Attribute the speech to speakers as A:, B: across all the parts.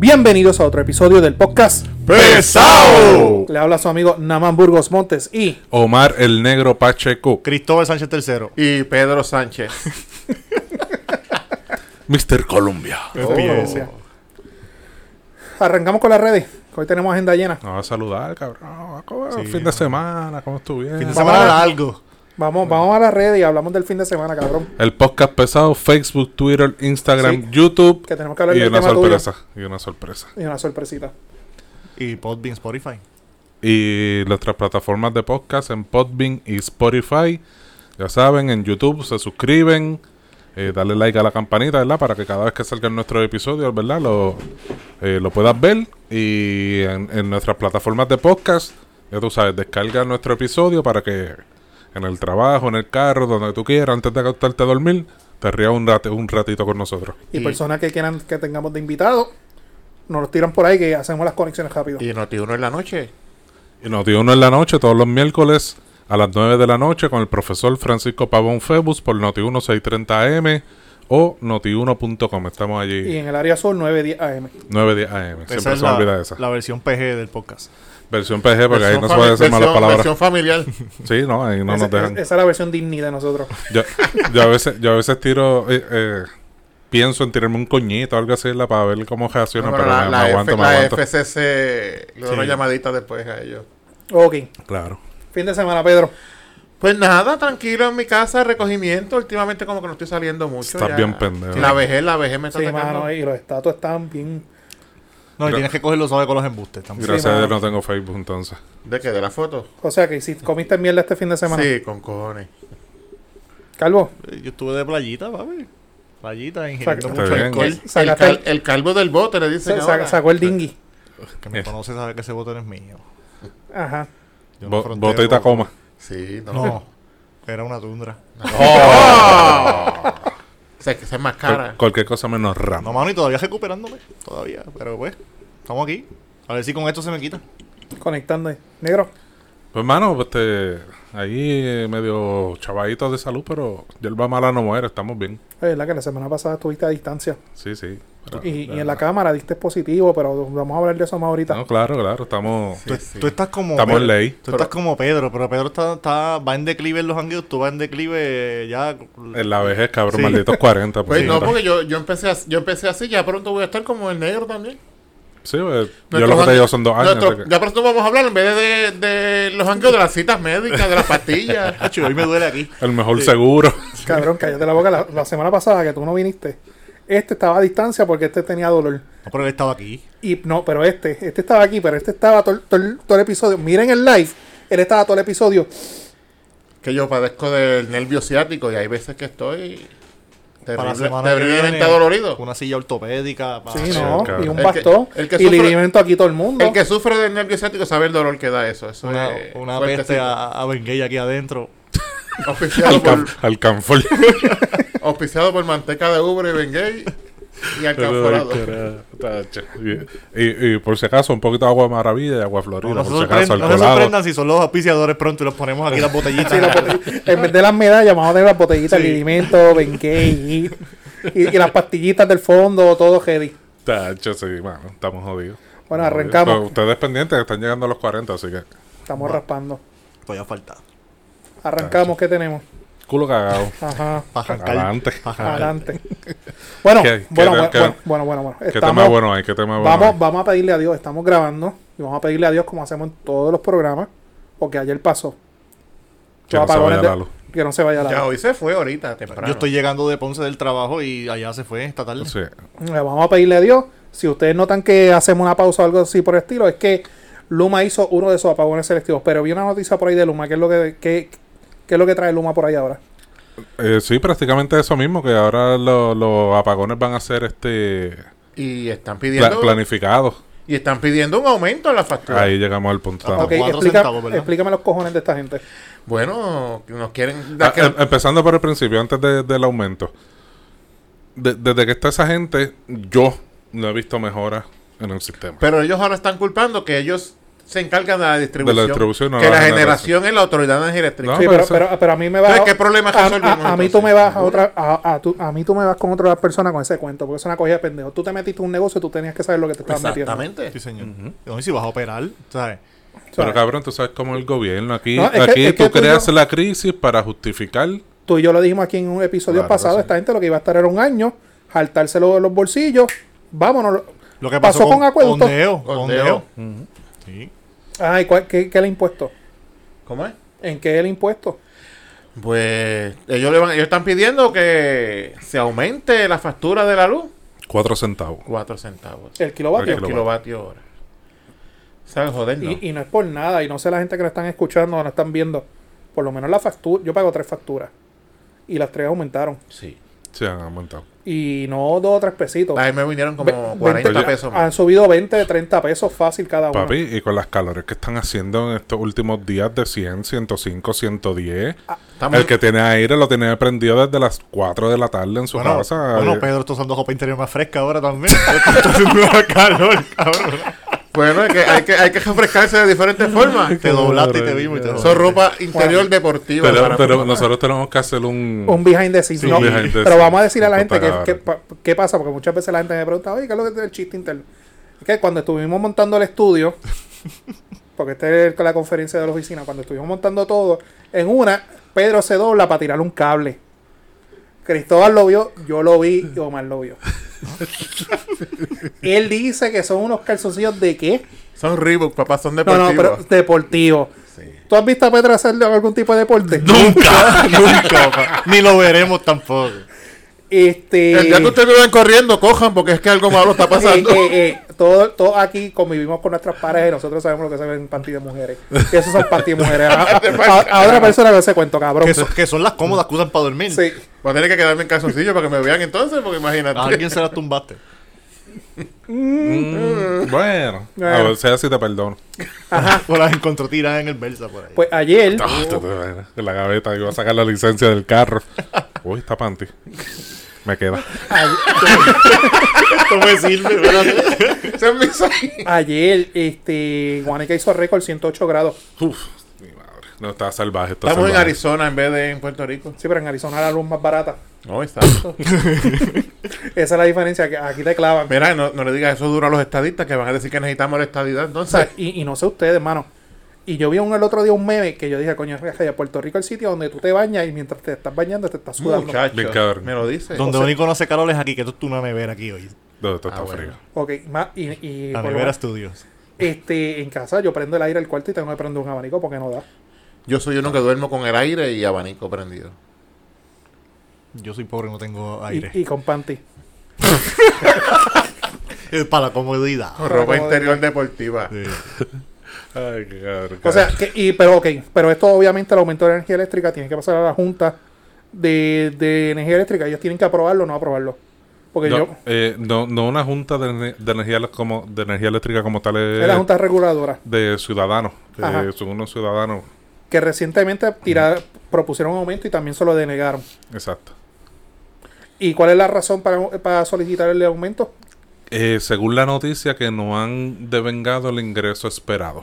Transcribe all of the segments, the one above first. A: Bienvenidos a otro episodio del podcast.
B: ¡Pesado!
A: Le habla su amigo Namán Burgos Montes y
B: Omar el Negro Pacheco.
C: Cristóbal Sánchez III.
D: Y Pedro Sánchez.
B: Mr. Colombia.
C: FPS.
A: arrancamos con las redes. que Hoy tenemos agenda llena.
B: Nos va a saludar, cabrón. Ah, ¿Cómo-
C: Sí,
B: fin de
C: mano.
B: semana, ¿cómo estuvieron?
C: Fin de semana largo.
A: Vamos, vamos a las redes y hablamos del fin de semana, cabrón.
B: El podcast pesado, Facebook, Twitter, Instagram,
A: Sí.
B: YouTube.
A: Que tenemos que hablar
B: y
A: del
B: una
A: tema tuyo.
B: sorpresa. Y una sorpresa.
A: Y una sorpresita.
C: Y Podbean Spotify.
B: Y nuestras plataformas de podcast en Podbean y Spotify. Ya saben, en YouTube se suscriben. eh, dale like a la campanita, ¿verdad? Para que cada vez que salgan nuestros episodios, ¿verdad? Lo, eh, lo puedas ver. Y en, en nuestras plataformas de podcast, ya tú sabes, descarga nuestro episodio para que en el trabajo, en el carro, donde tú quieras, antes de acostarte a dormir, te rías un, rato, un ratito con nosotros.
A: Y,
D: Y-
A: personas que quieran que tengamos de invitado, nos los tiran por ahí que hacemos las conexiones rápido.
D: y Noti1 en la noche.
B: Y nos dio uno en la noche, todos los miércoles a las 9 de la noche con el profesor Francisco Pavón Febus por Noti1 630am o noti1.com.
A: Y
B: Estamos allí
A: en el área sur, 9-10 AM.
B: 9-10 am.
C: Esa
B: Siempre
C: es
B: se me olvida
C: la,
B: esa.
C: la versión PG del podcast.
B: Versión PG, porque ahí
D: Versión
B: no se
D: fami-
B: puede decir malas
D: versión-
B: palabras.
D: versión familiar.
B: Sí, no, ahí no
A: Esa-
B: nos dejan.
A: es- esa es la versión digna de nosotros.
B: Yo, yo a veces, yo a veces tiro, eh, eh, pienso en tirarme un coñito o algo así la- para ver cómo reacciona,
D: No,
B: pero
D: la,
B: me, me
D: la
B: aguanto,
D: F-
B: me
D: la
B: aguanto.
D: FCC le doy una
C: Sí.
D: llamadita después a ellos.
A: Ok.
B: Claro.
A: Fin de semana, Pedro.
D: Pues nada, tranquilo en mi casa, recogimiento. Últimamente como que no estoy saliendo mucho.
B: Estás bien pendejo.
D: La vejez, la vejez me está
A: Sí,
D: atacando.
A: mano. eh. Y los estatuas están bien.
C: No, y
B: Gra-
C: tienes que cogerlo suave con los embustes también.
B: Gracias
A: Sí,
B: a Dios
A: mano.
B: no tengo Facebook entonces.
D: ¿De qué? ¿De la foto?
A: O sea que si comiste mierda este fin de semana.
D: Sí, con cojones.
A: Calvo,
C: Eh, Yo estuve de playita, papi. Playita,
A: Exacto.
C: ingiriendo
B: Está
C: mucho
B: bien.
C: alcohol.
D: El, el
A: Pues, Sacaste-
D: cal- el calvo del bote le dicen
A: sa-
D: ahora.
A: sa- sacó el dinghy.
C: Que me conoce sabe que ese botón es mío.
A: Ajá.
C: Yo no
B: Bo-
C: fronteo
B: bota y
C: con-
B: tacoma.
D: Sí, no.
C: No, era una tundra.
D: O sea, que esa es más cara.
B: Cual- Cualquier cosa menos rama.
C: No, mano, y todavía recuperándome. Todavía. Pero pues, estamos aquí. A ver si con esto se me quita.
A: Conectando. ahí. Negro.
B: Pues hermano, pues, este, ahí eh, medio chavaditos de salud, pero hierba mala no muere, estamos bien.
A: Es verdad que la semana pasada estuviste a distancia.
B: Sí, sí. Pero-
A: Y, y en la cámara diste positivo, pero vamos a hablar de eso más ahorita.
B: No, claro, claro, estamos,
C: Tú, tú estás como.
B: estamos en
C: Pedro-
B: ley.
C: Tú estás como Pedro, pero Pedro está, está- va en declive en los hangueos, tú vas en declive eh, ya.
B: En la vejez, cabrón,
C: Sí.
B: malditos 40.
D: Pues
B: sí,
D: no,
B: está-
D: porque yo, yo, empecé as- yo empecé así, ya pronto voy a estar como el negro también.
B: Sí, pues, yo
D: Nuestros
B: lo que te
D: han-
B: digo son dos años.
D: nuestros-
B: así que-
D: Ya pronto vamos a hablar en vez de, de los ángulos de las citas médicas, de las pastillas.
C: Acho, hoy me duele aquí.
B: el mejor seguro.
A: Cabrón, cállate la boca. La, la semana pasada que tú no viniste, este estaba a distancia porque este tenía dolor.
C: No, pero él estaba aquí.
A: Y no, pero este, este estaba aquí, pero este estaba todo, el- todo el- todo el episodio. Miren el live. Él estaba todo el episodio.
D: que yo padezco del nervio ciático y hay veces que estoy
C: Para la
D: terrible-
C: semana que
D: terriblemente
C: viene,
D: dolorido.
C: Una silla ortopédica. Para
A: Sí,
B: Ah, sí,
A: no.
B: cabrón.
A: Y un
D: El que-
A: bastón.
D: el que
A: y le
D: sufre-
A: alimento aquí todo el mundo.
D: El que sufre del nervio ciático sabe el dolor que da eso. Eso
C: Una,
D: es
C: una
D: fuertecito.
C: peste a, a Bengay aquí adentro.
D: Auspiciado
B: al,
D: por,
B: cam- al canfor.
D: auspiciado por manteca de ubre y bengay y alcanforado.
B: Tacho. y, y, y por si acaso, un poquito de agua de maravilla y agua florida.
C: No, no se
B: por si acaso,
C: sorprendan, no se
B: alcoholado.
C: sorprendan si son los auspiciadores pronto y los ponemos aquí las botellitas.
A: Sí, la botell- en vez de las medallas, vamos a tener las botellitas
C: Sí.
A: de alimento, Bengay, y, y las pastillitas del fondo, todo heavy.
B: Tacho, sí, mano, estamos jodidos.
A: Bueno,
B: Jodidos.
A: arrancamos.
B: Pero ustedes pendientes, están llegando a los 40, así que
A: Estamos raspando.
C: Todavía falta.
A: Arrancamos, ¿qué tenemos?
B: culo cagado.
A: Ajá.
C: Para arrancar.
B: Adelante.
C: pa' arrancar.
A: Adelante. Ah, Bueno,
B: ¿Qué- qué
A: bueno,
B: tal,
A: bueno,
B: qué-
A: bueno, bueno, bueno, bueno.
B: ¿Qué
A: Estamos-
B: tema bueno hay? ¿Qué tema bueno
A: vamos, vamos a pedirle a Dios, estamos grabando y vamos a pedirle a Dios como hacemos en todos los programas, porque ayer pasó.
B: Que
A: Los
B: no se
A: apagones
B: vaya
A: de-
B: la luz.
A: que no se vaya la
D: Ya
A: luz.
D: hoy se fue ahorita, temprano.
C: Yo estoy llegando de Ponce del trabajo y allá se fue esta tarde.
B: hay? Sí.
A: Eh, Vamos a pedirle a Dios. Si ustedes notan que hacemos una pausa o algo así por el estilo, es que Luma hizo uno de esos apagones selectivos. Pero vi una noticia por ahí de Luma. ¿Qué es lo que, qué- qué es lo que trae Luma por ahí ahora?
B: Eh, sí, prácticamente eso mismo, que ahora lo- los apagones van a ser este
D: Y están
B: pla-
D: pidiendo
B: planificados.
D: y están pidiendo un aumento en la factura.
B: Ahí llegamos al punto.
C: Ah,
A: Ok,
B: también.
C: cuatro
A: explica-
C: centavos, ¿verdad?
A: explícame los cojones de esta gente.
D: Bueno, nos quieren
B: Ah,
D: dar
B: em- empezando por el principio, antes de- del aumento. De- desde que está esa gente, yo no he visto mejoras en el sistema.
D: Pero ellos ahora están culpando que ellos se encargan de la distribución.
B: distribución, no
D: que
B: la
D: la
B: generación.
D: generación es la autoridad de eléctrica.
B: No,
A: Sí,
B: Ah, pero
A: pero,
B: eso-
A: pero, pero a mí me vas.
D: Entonces, ¿qué problemas
A: a,
D: resolvimos,
A: a- a mí tú
D: entonces?
A: me vas a otra. A, a tú- a mí tú me vas con otra persona con ese cuento, porque es una cogida de pendejo. Tú te metiste en un negocio y tú tenías que saber lo que te estabas metiendo.
D: Exactamente.
C: Sí, señor. No, y si vas a operar, ¿sabes?
B: Pero cabrón, tú sabes cómo es el gobierno. Aquí,
A: Pues, No, es que-
B: aquí
A: es que
B: tú
A: tú y
B: creas
A: yo-
B: la crisis para justificar.
A: Tú y yo lo dijimos aquí en un episodio
B: Claro que
A: pasado.
B: sí.
A: Esta gente lo que iba a estar era un año, jaltárselo de los bolsillos. Vámonos.
C: Lo que pasó, con,
A: acueducto.
C: Ondeo.
D: Con
C: Ondeo. Sí.
A: Ay, ¿cuál- qué, ¿qué le impuesto?
D: ¿Cómo es?
A: ¿En qué el impuesto?
D: Pues ellos, le van, ellos están pidiendo que se aumente la factura de la luz.
B: Cuatro centavos.
D: 4 centavos.
A: El kilovatio.
B: El
D: El kilovatio hora. ¿Sabes joder? No.
A: Y, y no es por nada, y no sé la gente que lo están escuchando o no están viendo. Por lo menos la factura, yo pago tres facturas. Y las tres aumentaron.
D: Sí.
B: Se han aumentado.
A: Y no dos o tres pesitos.
D: Ahí me vinieron como
A: Ve-
D: 40
A: veinte-
D: pesos
A: Han
D: más.
A: subido 20 de 30 pesos fácil cada uno.
B: Papi, y con las calores que están haciendo en estos últimos días de 100, 105, 110.
A: Ah.
D: Estamos-
B: el que tiene aire lo tiene prendido desde las 4 de la tarde en su
C: Bueno,
B: casa.
C: bueno,
B: Eh,
C: Pedro está usando ropa interior más fresca ahora también. está haciendo más calor, cabrón.
D: Bueno, es que hay, que hay que refrescarse de diferentes formas.
C: Te doblaste y te vimos y te
D: Son
C: doblaste.
D: ropa interior deportiva.
B: pero
D: para-
B: pero nosotros tenemos que hacer un...
A: Un behind the scenes.
B: Mm. Sí,
A: no,
B: un behind the
A: pero
B: scenes.
A: vamos a decir a la
B: Nos
A: gente que,
B: toca
A: que
B: ahora.
A: pa- qué pasa, porque muchas veces la gente me pregunta, oye, ¿qué es lo que es el chiste interno? Es que cuando estuvimos montando el estudio, porque esta es la conferencia de la oficina, cuando estuvimos montando todo, en una, Pedro se dobla para tirar un cable. Cristóbal lo vio, yo lo vi y Omar lo vio. Él dice que son unos calzoncillos de qué?
D: Son Reebok, papá, son
A: No, no,
D: deportivos.
A: pero deportivos.
D: Sí.
A: ¿Tú has visto a Pedro hacer algún tipo de deporte?
C: Nunca, nunca. pa. Ni lo veremos tampoco.
A: Este.
D: El día que ustedes vivan corriendo, cojan, porque es que algo malo está pasando.
A: Eh, eh, eh, todo, todo aquí convivimos con nuestras parejas y nosotros sabemos lo que se ve en panty de mujeres. Y esos son panty de mujeres. A, a- a otra persona no se cuento, cabrón.
C: Que, son- que son las cómodas que usan para dormir.
A: Sí.
D: Voy a tener que quedarme en calzoncillo para que me vean entonces, porque imagínate.
A: Ah,
C: A alguien se la tumbaste.
B: Mm, bueno, a
A: Bueno.
B: ver, sea si te perdono.
C: O las encontró tiradas en el Versa por ahí.
A: Pues ayer,
B: Ah, te- te- En la gaveta iba a sacar la licencia del carro. Uy, está panty. Me queda.
C: Esto me sirve, espérate.
D: Se me hizo ahí.
A: ayer, este, Guanica hizo récord 108 grados.
B: Uf, mi madre. No, está salvaje. Está
D: Estamos en
B: salvaje.
D: Arizona en vez de en Puerto Rico.
A: Sí, pero en Arizona la luz más barata.
D: No, exacto.
A: Esa es la diferencia, que aquí te clavan.
D: Mira, no, no le digas eso duro a los estadistas que van a decir que necesitamos la estadidad.
A: O sea,
D: Entonces,
A: y, y no sé ustedes, hermano. Y yo vi un, el otro día un meme que yo dije, coño, es que Puerto Rico es el sitio donde tú te bañas y mientras te estás bañando te estás sudando.
B: Bien
D: muchacho,
B: cabrón.
D: me lo dice.
C: Donde
A: o sea-
C: único no hace calor es aquí, que tú tú una nevera aquí hoy.
B: No, esto está
D: Ah, bueno.
B: frío.
A: Ok, ma- y, y
C: La
A: por lo
C: nevera
A: menos,
C: estudios.
A: este, en casa yo prendo el aire del cuarto y tengo que prender un abanico porque no da.
D: Yo soy uno que duermo con el aire y abanico prendido.
C: Yo soy pobre, no tengo
A: Y,
C: aire.
A: y con panty.
C: Es para la comodidad.
D: Con
A: Pero
D: ropa
A: Ah, como
D: interior deportiva.
C: Sí.
B: Ay, qué cabrón.
A: O sea, que, y, pero ok, pero esto obviamente el aumento de energía eléctrica tiene que pasar a la Junta de, de Energía Eléctrica. Ellos tienen que aprobarlo o no aprobarlo. Porque
B: no,
A: Pues yo,
B: eh, no, no una junta de, ene- de energía, ele- como, de energía eléctrica como tal es
A: es la Junta Reguladora,
B: de ciudadanos. que
A: Ajá.
B: son unos ciudadanos.
A: que recientemente tira- propusieron un aumento y también se lo denegaron.
B: Exacto.
A: ¿Y cuál es la razón para, para solicitar el aumento?
B: Eh, según la noticia que no han devengado el ingreso esperado.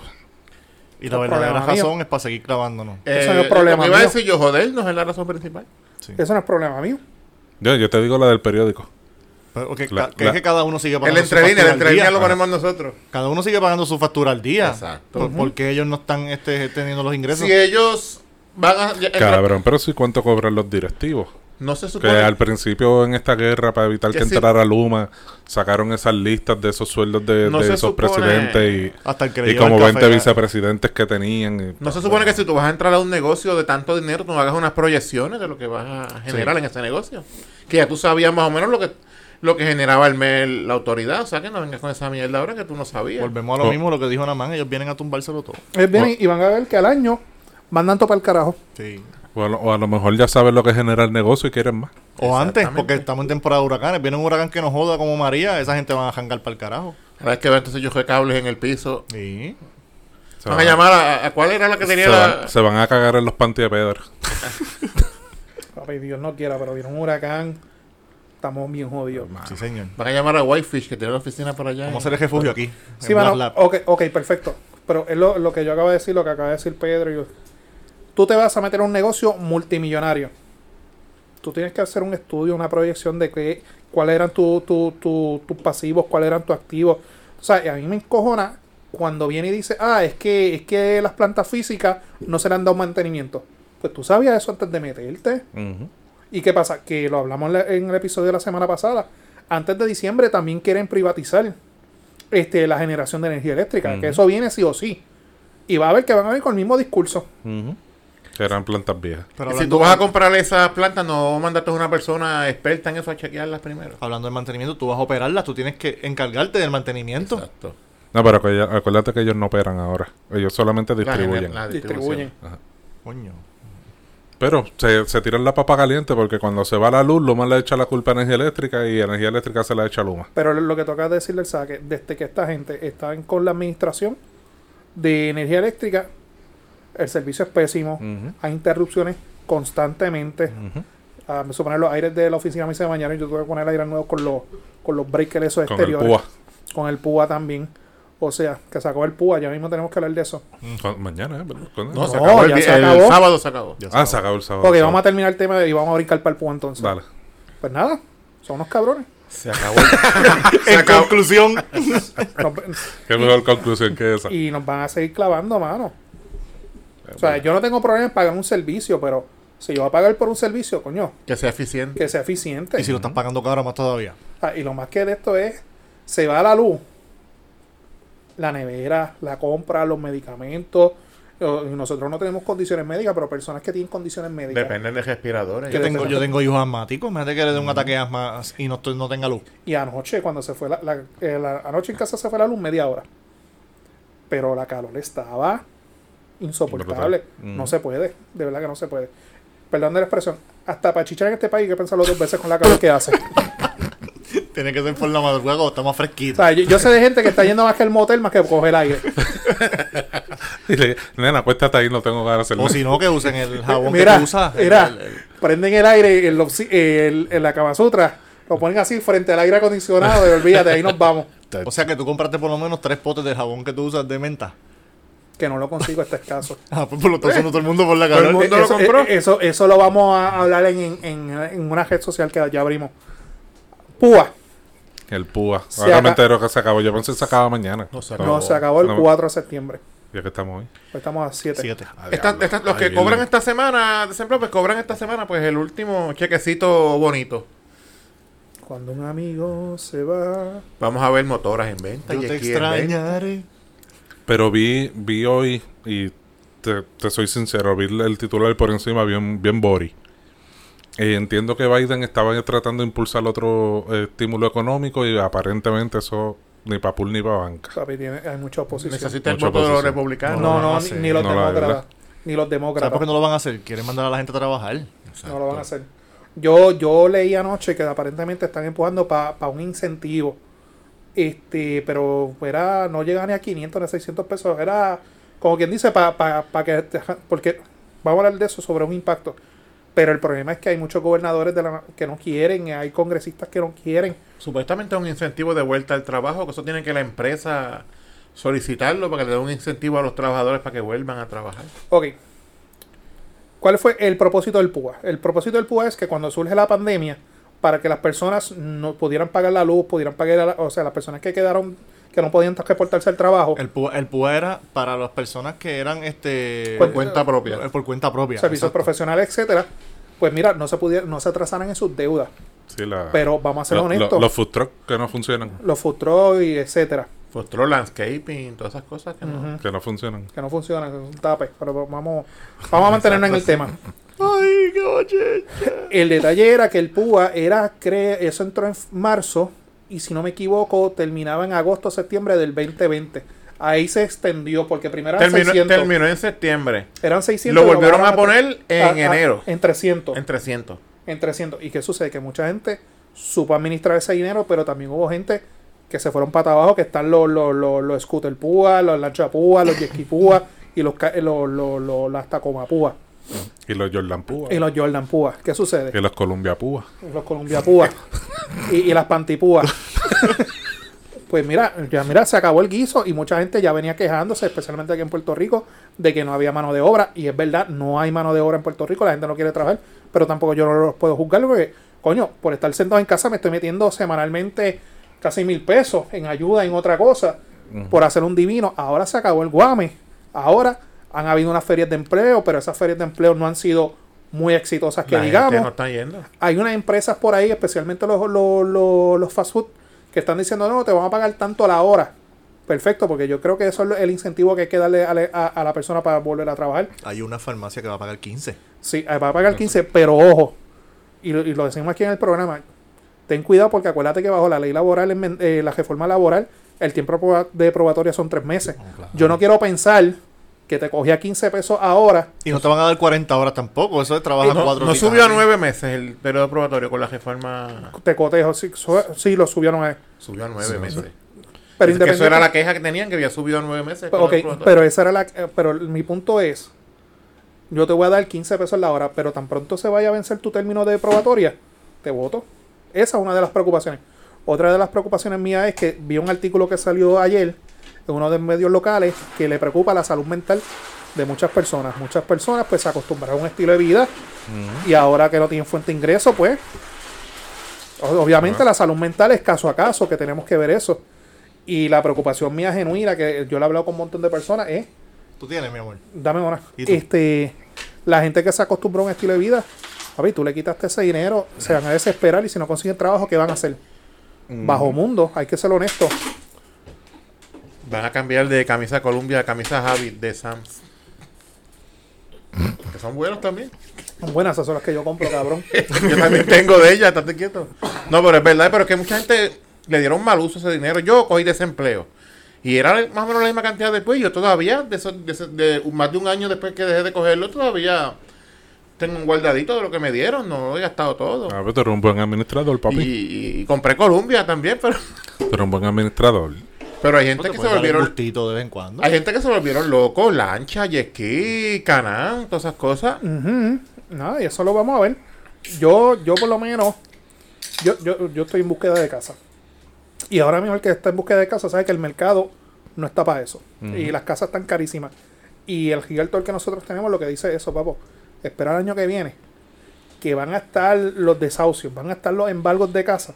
C: Y la
A: No
C: verdadera
A: problema mío.
C: razón es para seguir clavándonos.
A: Eso no es
D: Eh,
A: problema
D: Lo que iba a
A: mío.
D: decir yo, jodernos es la razón principal.
C: Sí.
A: Eso no es problema mío.
B: Yo, yo te digo la del periódico.
C: Pero que,
B: La-
C: ca- que
B: la-
C: es que cada uno sigue
D: El
C: pagando
D: entrelínea, el entrelínea lo
C: al día.
D: ponemos nosotros.
C: Cada uno sigue pagando su factura al día.
D: Exacto.
C: Por- Porque ellos no están este, teniendo los ingresos.
D: Si ellos van a. ya-
B: Cabrón, pero sí cuánto cobran los directivos.
D: No se
B: Que
D: supone.
B: al principio en esta guerra, para evitar que,
D: Que sí.
B: entrara Luma, sacaron esas listas de esos sueldos de,
D: No
B: de
D: se
B: esos
D: supone-
B: presidentes
C: Hasta el que
B: y,
C: le
B: y
C: lleva el
B: como
C: café,
B: 20
C: ¿eh?
B: vicepresidentes que tenían. y-
D: No se supone que si tú vas a entrar a un negocio de tanto dinero, tú hagas unas proyecciones de lo que vas a generar en ese negocio. Que ya tú sabías más o menos lo que lo que generaba el mes la autoridad. O sea, que no vengas con esa mierda ahora que tú no sabías.
C: Volvemos a lo
B: Oh.
C: mismo lo que dijo Namán. Ellos vienen a tumbárselo todo.
A: Ellos vienen y van a ver que al año mandan topa el carajo.
C: Sí.
B: O a, lo, o a lo mejor ya saben lo que genera el negocio y quieren más.
C: O antes,
D: Exactamente.
C: porque estamos en temporada de huracanes. Viene un huracán que nos joda como María, esa gente van a jangar para el carajo.
D: Cada vez que veo entonces yo de cables en el piso.
C: Sí.
B: Se
D: Van a
B: van-
D: llamar a, a- cuál era la que tenía
B: se
D: la.
B: van, se van a cagar en los panty de Pedro.
A: Papi, Dios no quiera, pero viene un huracán. Estamos bien jodidos.
C: Sí, señor.
D: Eh. Van a llamar a Whitefish que tiene la oficina para allá.
C: Vamos a hacer
D: en-
C: el refugio aquí.
A: Sí,
C: en
D: Oh,
A: mano.
C: Black Lab.
A: Ok, ok, perfecto. Pero es lo, lo que yo acabo de decir, lo que acaba de decir Pedro. y yo. Tú te vas a meter a un negocio multimillonario. Tú tienes que hacer un estudio, una proyección de qué, cuáles eran tu- tu- tu- tus pasivos, cuáles eran tus activos. O sea, y a mí me encojona cuando viene y dice, ah, es que, es que las plantas físicas no se le han dado mantenimiento. Pues tú sabías eso antes de meterte.
B: Ujú.
A: ¿Y qué pasa? Que lo hablamos la- en el episodio de la semana pasada. Antes de diciembre también quieren privatizar este, la generación de energía eléctrica,
B: Ujú.
A: que eso viene sí o sí. Y va a ver que van a ver con el mismo discurso.
B: Ujú. Que eran plantas viejas.
C: Pero
D: Y
C: hablando,
D: si tú vas a comprar esas plantas, no mandaste a una persona experta en eso a chequearlas primero.
C: hablando del mantenimiento, tú vas a operarlas, tú tienes que encargarte del mantenimiento.
D: Exacto.
B: No, pero acu- acuérdate que ellos no operan ahora. Ellos solamente
D: La gener-
B: distribuyen.
D: la
A: Distribuyen.
D: distribución.
C: Coño.
B: Pero se, se tiran la papa caliente porque cuando se va la luz, Luma le echa la culpa a energía eléctrica y energía eléctrica se la echa a Luma.
A: Pero lo- lo que toca decirle el saque, desde que esta gente está en- con la administración de energía eléctrica, el servicio es pésimo,
B: Ujú.
A: hay interrupciones constantemente.
B: Ujú.
A: Ah, me suponen los aires de la oficina me hice de mañana y yo tuve que poner aire nuevo con los, con los breakers esos
B: Con el
A: exteriores.
B: púa.
A: con el PUA también. O sea, que sacó el PUA, ya mismo tenemos que hablar de eso.
B: Con- mañana, ¿eh? ¿Verdad? Con-
D: No, se
A: No,
D: acabó el,
A: Oh, ya
D: vi-
A: se
D: el
A: acabó.
D: sábado se acabó.
C: Ya
B: Ah,
C: sabes.
B: se acabó el sábado.
A: Ok, vamos a terminar el tema y vamos a brincar para el PUA entonces.
B: Dale.
A: Pues nada, son unos cabrones.
D: Se acabó. el- se
C: En
D: acabó.
C: conclusión,
A: Nos-
B: Qué mejor conclusión que esa.
A: y nos van a seguir clavando, mano.
D: Pues
A: O sea, yo no tengo problema en pagar un servicio, pero si yo voy a pagar por un servicio, coño,
D: Que sea eficiente.
A: que sea eficiente.
C: y si lo estás pagando caro más todavía.
A: Ah, y lo más que de esto es, se va la luz, la nevera, la compra, los medicamentos. O- y Nosotros no tenemos condiciones médicas, pero personas que tienen condiciones médicas.
D: Dependen de respiradores.
A: Que
C: Yo tengo,
A: te-
C: yo tengo hijos asmáticos, imagínate que le dé un ataque de asma y no, estoy- no tenga luz.
A: Y anoche, cuando se fue la, la- eh, la- Anoche en casa se fue la luz media hora. Pero la calor estaba insoportable.
B: Brutal. Mm.
A: No se puede. De verdad que no se puede. Perdón de la expresión. Hasta para chichar en este país hay que pensarlo dos veces con la calor que hace. O
C: Tiene que ser por la madrugada cuando está más fresquito.
A: sea, yo, yo sé de gente que está yendo más que el motel, más que coger el aire.
B: Y le- Nena, acuéstate ahí, no tengo ganas de hacer
C: O si no, que usen el jabón que
A: Mira,
C: tú usas.
A: mira, prenden el aire en, los- eh, el- en la Kama Sutra, Lo ponen así frente al aire acondicionado y olvídate, ahí nos vamos.
C: O sea que tú compraste por lo menos tres potes de jabón que tú usas de menta.
A: Que no lo consigo, este escaso.
C: Ah, pues por lo tanto, no todo el mundo por la
D: Todo el
C: cara.
D: mundo- lo
A: eso,
D: compró.
A: eh, Eso, eso lo vamos a hablar en, en- en una red social que ya abrimos. Púa.
B: El púa.
A: Se
B: Ahora me
A: acaba-
B: entero que se acabó. Yo pensé que se acaba mañana.
D: No se
B: Pero
A: No, se acabó el
B: no.
A: 4 de septiembre.
B: Ya que estamos hoy.
A: Hoy estamos a 7.
C: Siete.
D: Esta- esta- los que
B: Ay,
D: cobran
B: el-
D: esta semana, de ejemplo, pues cobran esta semana pues el último chequecito bonito.
A: Cuando un amigo se va.
D: Vamos a ver motoras en venta.
C: Yo
D: jet
C: te
D: ski en venta.
C: extrañaré.
B: Pero vi, vi hoy y te, te soy sincero, vi el- el titular por encima bien, bien bori. Eh, entiendo que Biden estaba tratando de impulsar otro eh, estímulo económico y aparentemente eso ni para pool ni para banca.
A: Papi, tiene, hay mucha oposición.
D: Necesita el Ah,
B: Mucha
D: voto de los
B: oposición.
A: No,
D: republicanos.
A: no,
C: no,
A: ni,
C: sí.
A: ni los
B: No, la
A: demócratas.
B: verdad.
A: ni los
C: ¿Sabes por
A: demócratas.
C: qué
A: No,
C: no lo van a hacer? Quieren mandar a la gente a trabajar.
A: lo van a hacer. Yo, yo leí anoche que aparentemente están empujando para un incentivo. Este, pero era, no llega ni a 500 ni a 600 pesos. Era, como quien dice, para que. te- Porque vamos a hablar de eso sobre un impacto. Pero el problema es que hay muchos gobernadores de la- que no quieren, hay congresistas que no quieren.
D: Supuestamente es un incentivo de vuelta al trabajo, que eso tiene que la empresa solicitarlo para que le dé un incentivo a los trabajadores para que vuelvan a trabajar.
A: Ok. ¿Cuál fue el propósito del PUA? El propósito del PUA es que cuando surge la pandemia, para que las personas no pudieran pagar la luz, pudieran pagar, la- o sea, las personas que quedaron, que no podían transportarse al trabajo,
C: El PUA, el PUA era para las personas que eran este
D: Por cuenta propia.
C: eh, por cuenta propia.
A: servicios
C: exacto.
A: profesionales, etcétera, pues mira, no se pudiera, no se atrasaran en sus deudas.
B: Sí, la-
A: Pero vamos a ser
B: lo- lo-
A: honestos,
B: los food trucks que no funcionan.
A: los food trucks y etcétera,
D: Fostro landscaping, todas esas cosas que no.
A: Ujú.
B: Que no funcionan.
A: que no funcionan, es un tape, pero vamos, vamos a mantenernos en el tema.
C: Ay, qué bochecha.
A: El detalle era que el PUA era, cre- eso entró en f- marzo y si no me equivoco terminaba en agosto septiembre del 2020. Ahí se extendió porque primero eran
D: Terminó,
A: 600.
D: terminó en septiembre.
A: Eran 600.
D: Lo volvieron
A: bajaron
D: a poner
A: tre-
D: en enero.
A: En 300.
D: En 300.
A: En 300. ¿Y qué sucede? Que mucha gente supo administrar ese dinero, pero también hubo gente que se fueron para abajo, que están los, los, los, los scooter PUA, los lancha PUA, los jet ski PUA y los, ca- los, los, los- las Tacoma PUA.
B: Y los Jordan Púa.
C: Eh,
A: Y los Jordan PUA. ¿Qué sucede?
B: Y los Columbia Púa.
A: Los Colombia Púa. y, y las Pantipúas. Pues mira, ya mira, se acabó el guiso y mucha gente ya venía quejándose, especialmente aquí en Puerto Rico, de que no había mano de obra. Y es verdad, no hay mano de obra en Puerto Rico, la gente no quiere trabajar, pero tampoco yo no los puedo juzgar porque, coño, por estar sentado en casa me estoy metiendo semanalmente casi mil pesos en ayuda, en otra cosa, por hacer un divino. Ahora se acabó el guame. Ahora han habido unas ferias de empleo, pero esas ferias de empleo no han sido muy exitosas que
D: La gente
A: digamos
D: no está yendo.
A: hay unas empresas por ahí, especialmente los, los, los, los fast food, que están diciendo, no, te van a pagar tanto la hora. Perfecto, porque yo creo que eso es lo- el incentivo que hay que darle a, la- a- a la persona para volver a trabajar.
C: Hay una farmacia que va a pagar 15.
A: Sí, eh, va a pagar 15, pero ojo, y lo, y lo decimos aquí en el programa, ten cuidado porque acuérdate que bajo la ley laboral, en men- eh, la reforma laboral, el tiempo proba- de probatoria son tres meses. Yo no quiero pensar que te cogía 15 pesos ahora
C: Y no te van a dar 40 horas tampoco. Eso es trabajar
D: No,
C: cuatro
D: no
C: horitas
D: subió a
C: ahí.
D: nueve meses el periodo probatorio con la reforma.
A: te cotejo. Sí, su- sí, lo subieron a...
D: Subió a nueve
B: Sí, no
D: meses.
B: sé.
A: Pero
D: Es que eso era
A: independiente-
D: la queja que tenían, que había subido a nueve meses. el
A: Pero,
D: periodo
A: ok,
D: probatorio.
A: pero esa era la. eh, Pero mi punto es: yo te voy a dar 15 pesos la hora, pero tan pronto se vaya a vencer tu término de probatoria, te voto. Esa es una de las preocupaciones. Otra de las preocupaciones mías es que vi un artículo que salió ayer en uno de los medios locales que le preocupa la salud mental de muchas personas. Muchas personas pues se acostumbraron a un estilo de vida y ahora que no tienen fuente de ingreso, pues o- obviamente la salud mental es caso a caso, que tenemos que ver eso. Y la preocupación mía genuina, que yo le he hablado con un montón de personas, es,
C: Tú tienes, mi amor.
A: dame una,
C: ¿Y tú?
A: este, la gente que se acostumbró a un estilo de vida, papi, tú le quitaste ese dinero, se van a desesperar y si no consiguen trabajo, ¿qué van a hacer?
C: Mm.
A: Bajo mundo, hay que ser honesto.
D: Van a cambiar de camisa Columbia a camisa Javi de Sam's. que son buenos también.
A: Son buenas esas son las que yo compro, cabrón.
D: Yo también tengo de ella, estate quieto. No, pero es verdad, pero es que mucha gente le dieron mal uso a ese dinero. Yo cogí desempleo. Y era más o menos la misma cantidad después. Yo todavía, de, eso- de ese- de un- más de un año después que dejé de cogerlo, todavía tengo un guardadito de lo que me dieron. No lo he gastado todo.
B: Ah, pero tú eres un buen administrador,
D: Y,
B: papi.
D: y compré Columbia también, pero,
B: Tú eres un buen administrador.
D: pero hay
C: No
D: gente
C: te
B: pues
D: que se
C: puedes dar un
D: volvieron
C: gustito de vez en cuando.
D: Hay gente que se volvieron locos, lancha, jet ski, canán, todas esas cosas.
A: Ujú. No, y eso lo vamos a ver. Yo, yo por lo menos, yo, yo, yo estoy en búsqueda de casa. Y ahora mismo el que está en búsqueda de casa sabe que el mercado no está para eso. Y las casas están carísimas. Y el realtor que nosotros tenemos lo que dice eso, papo. Espera el año que viene. Que van a estar los desahucios, van a estar los embargos de casa.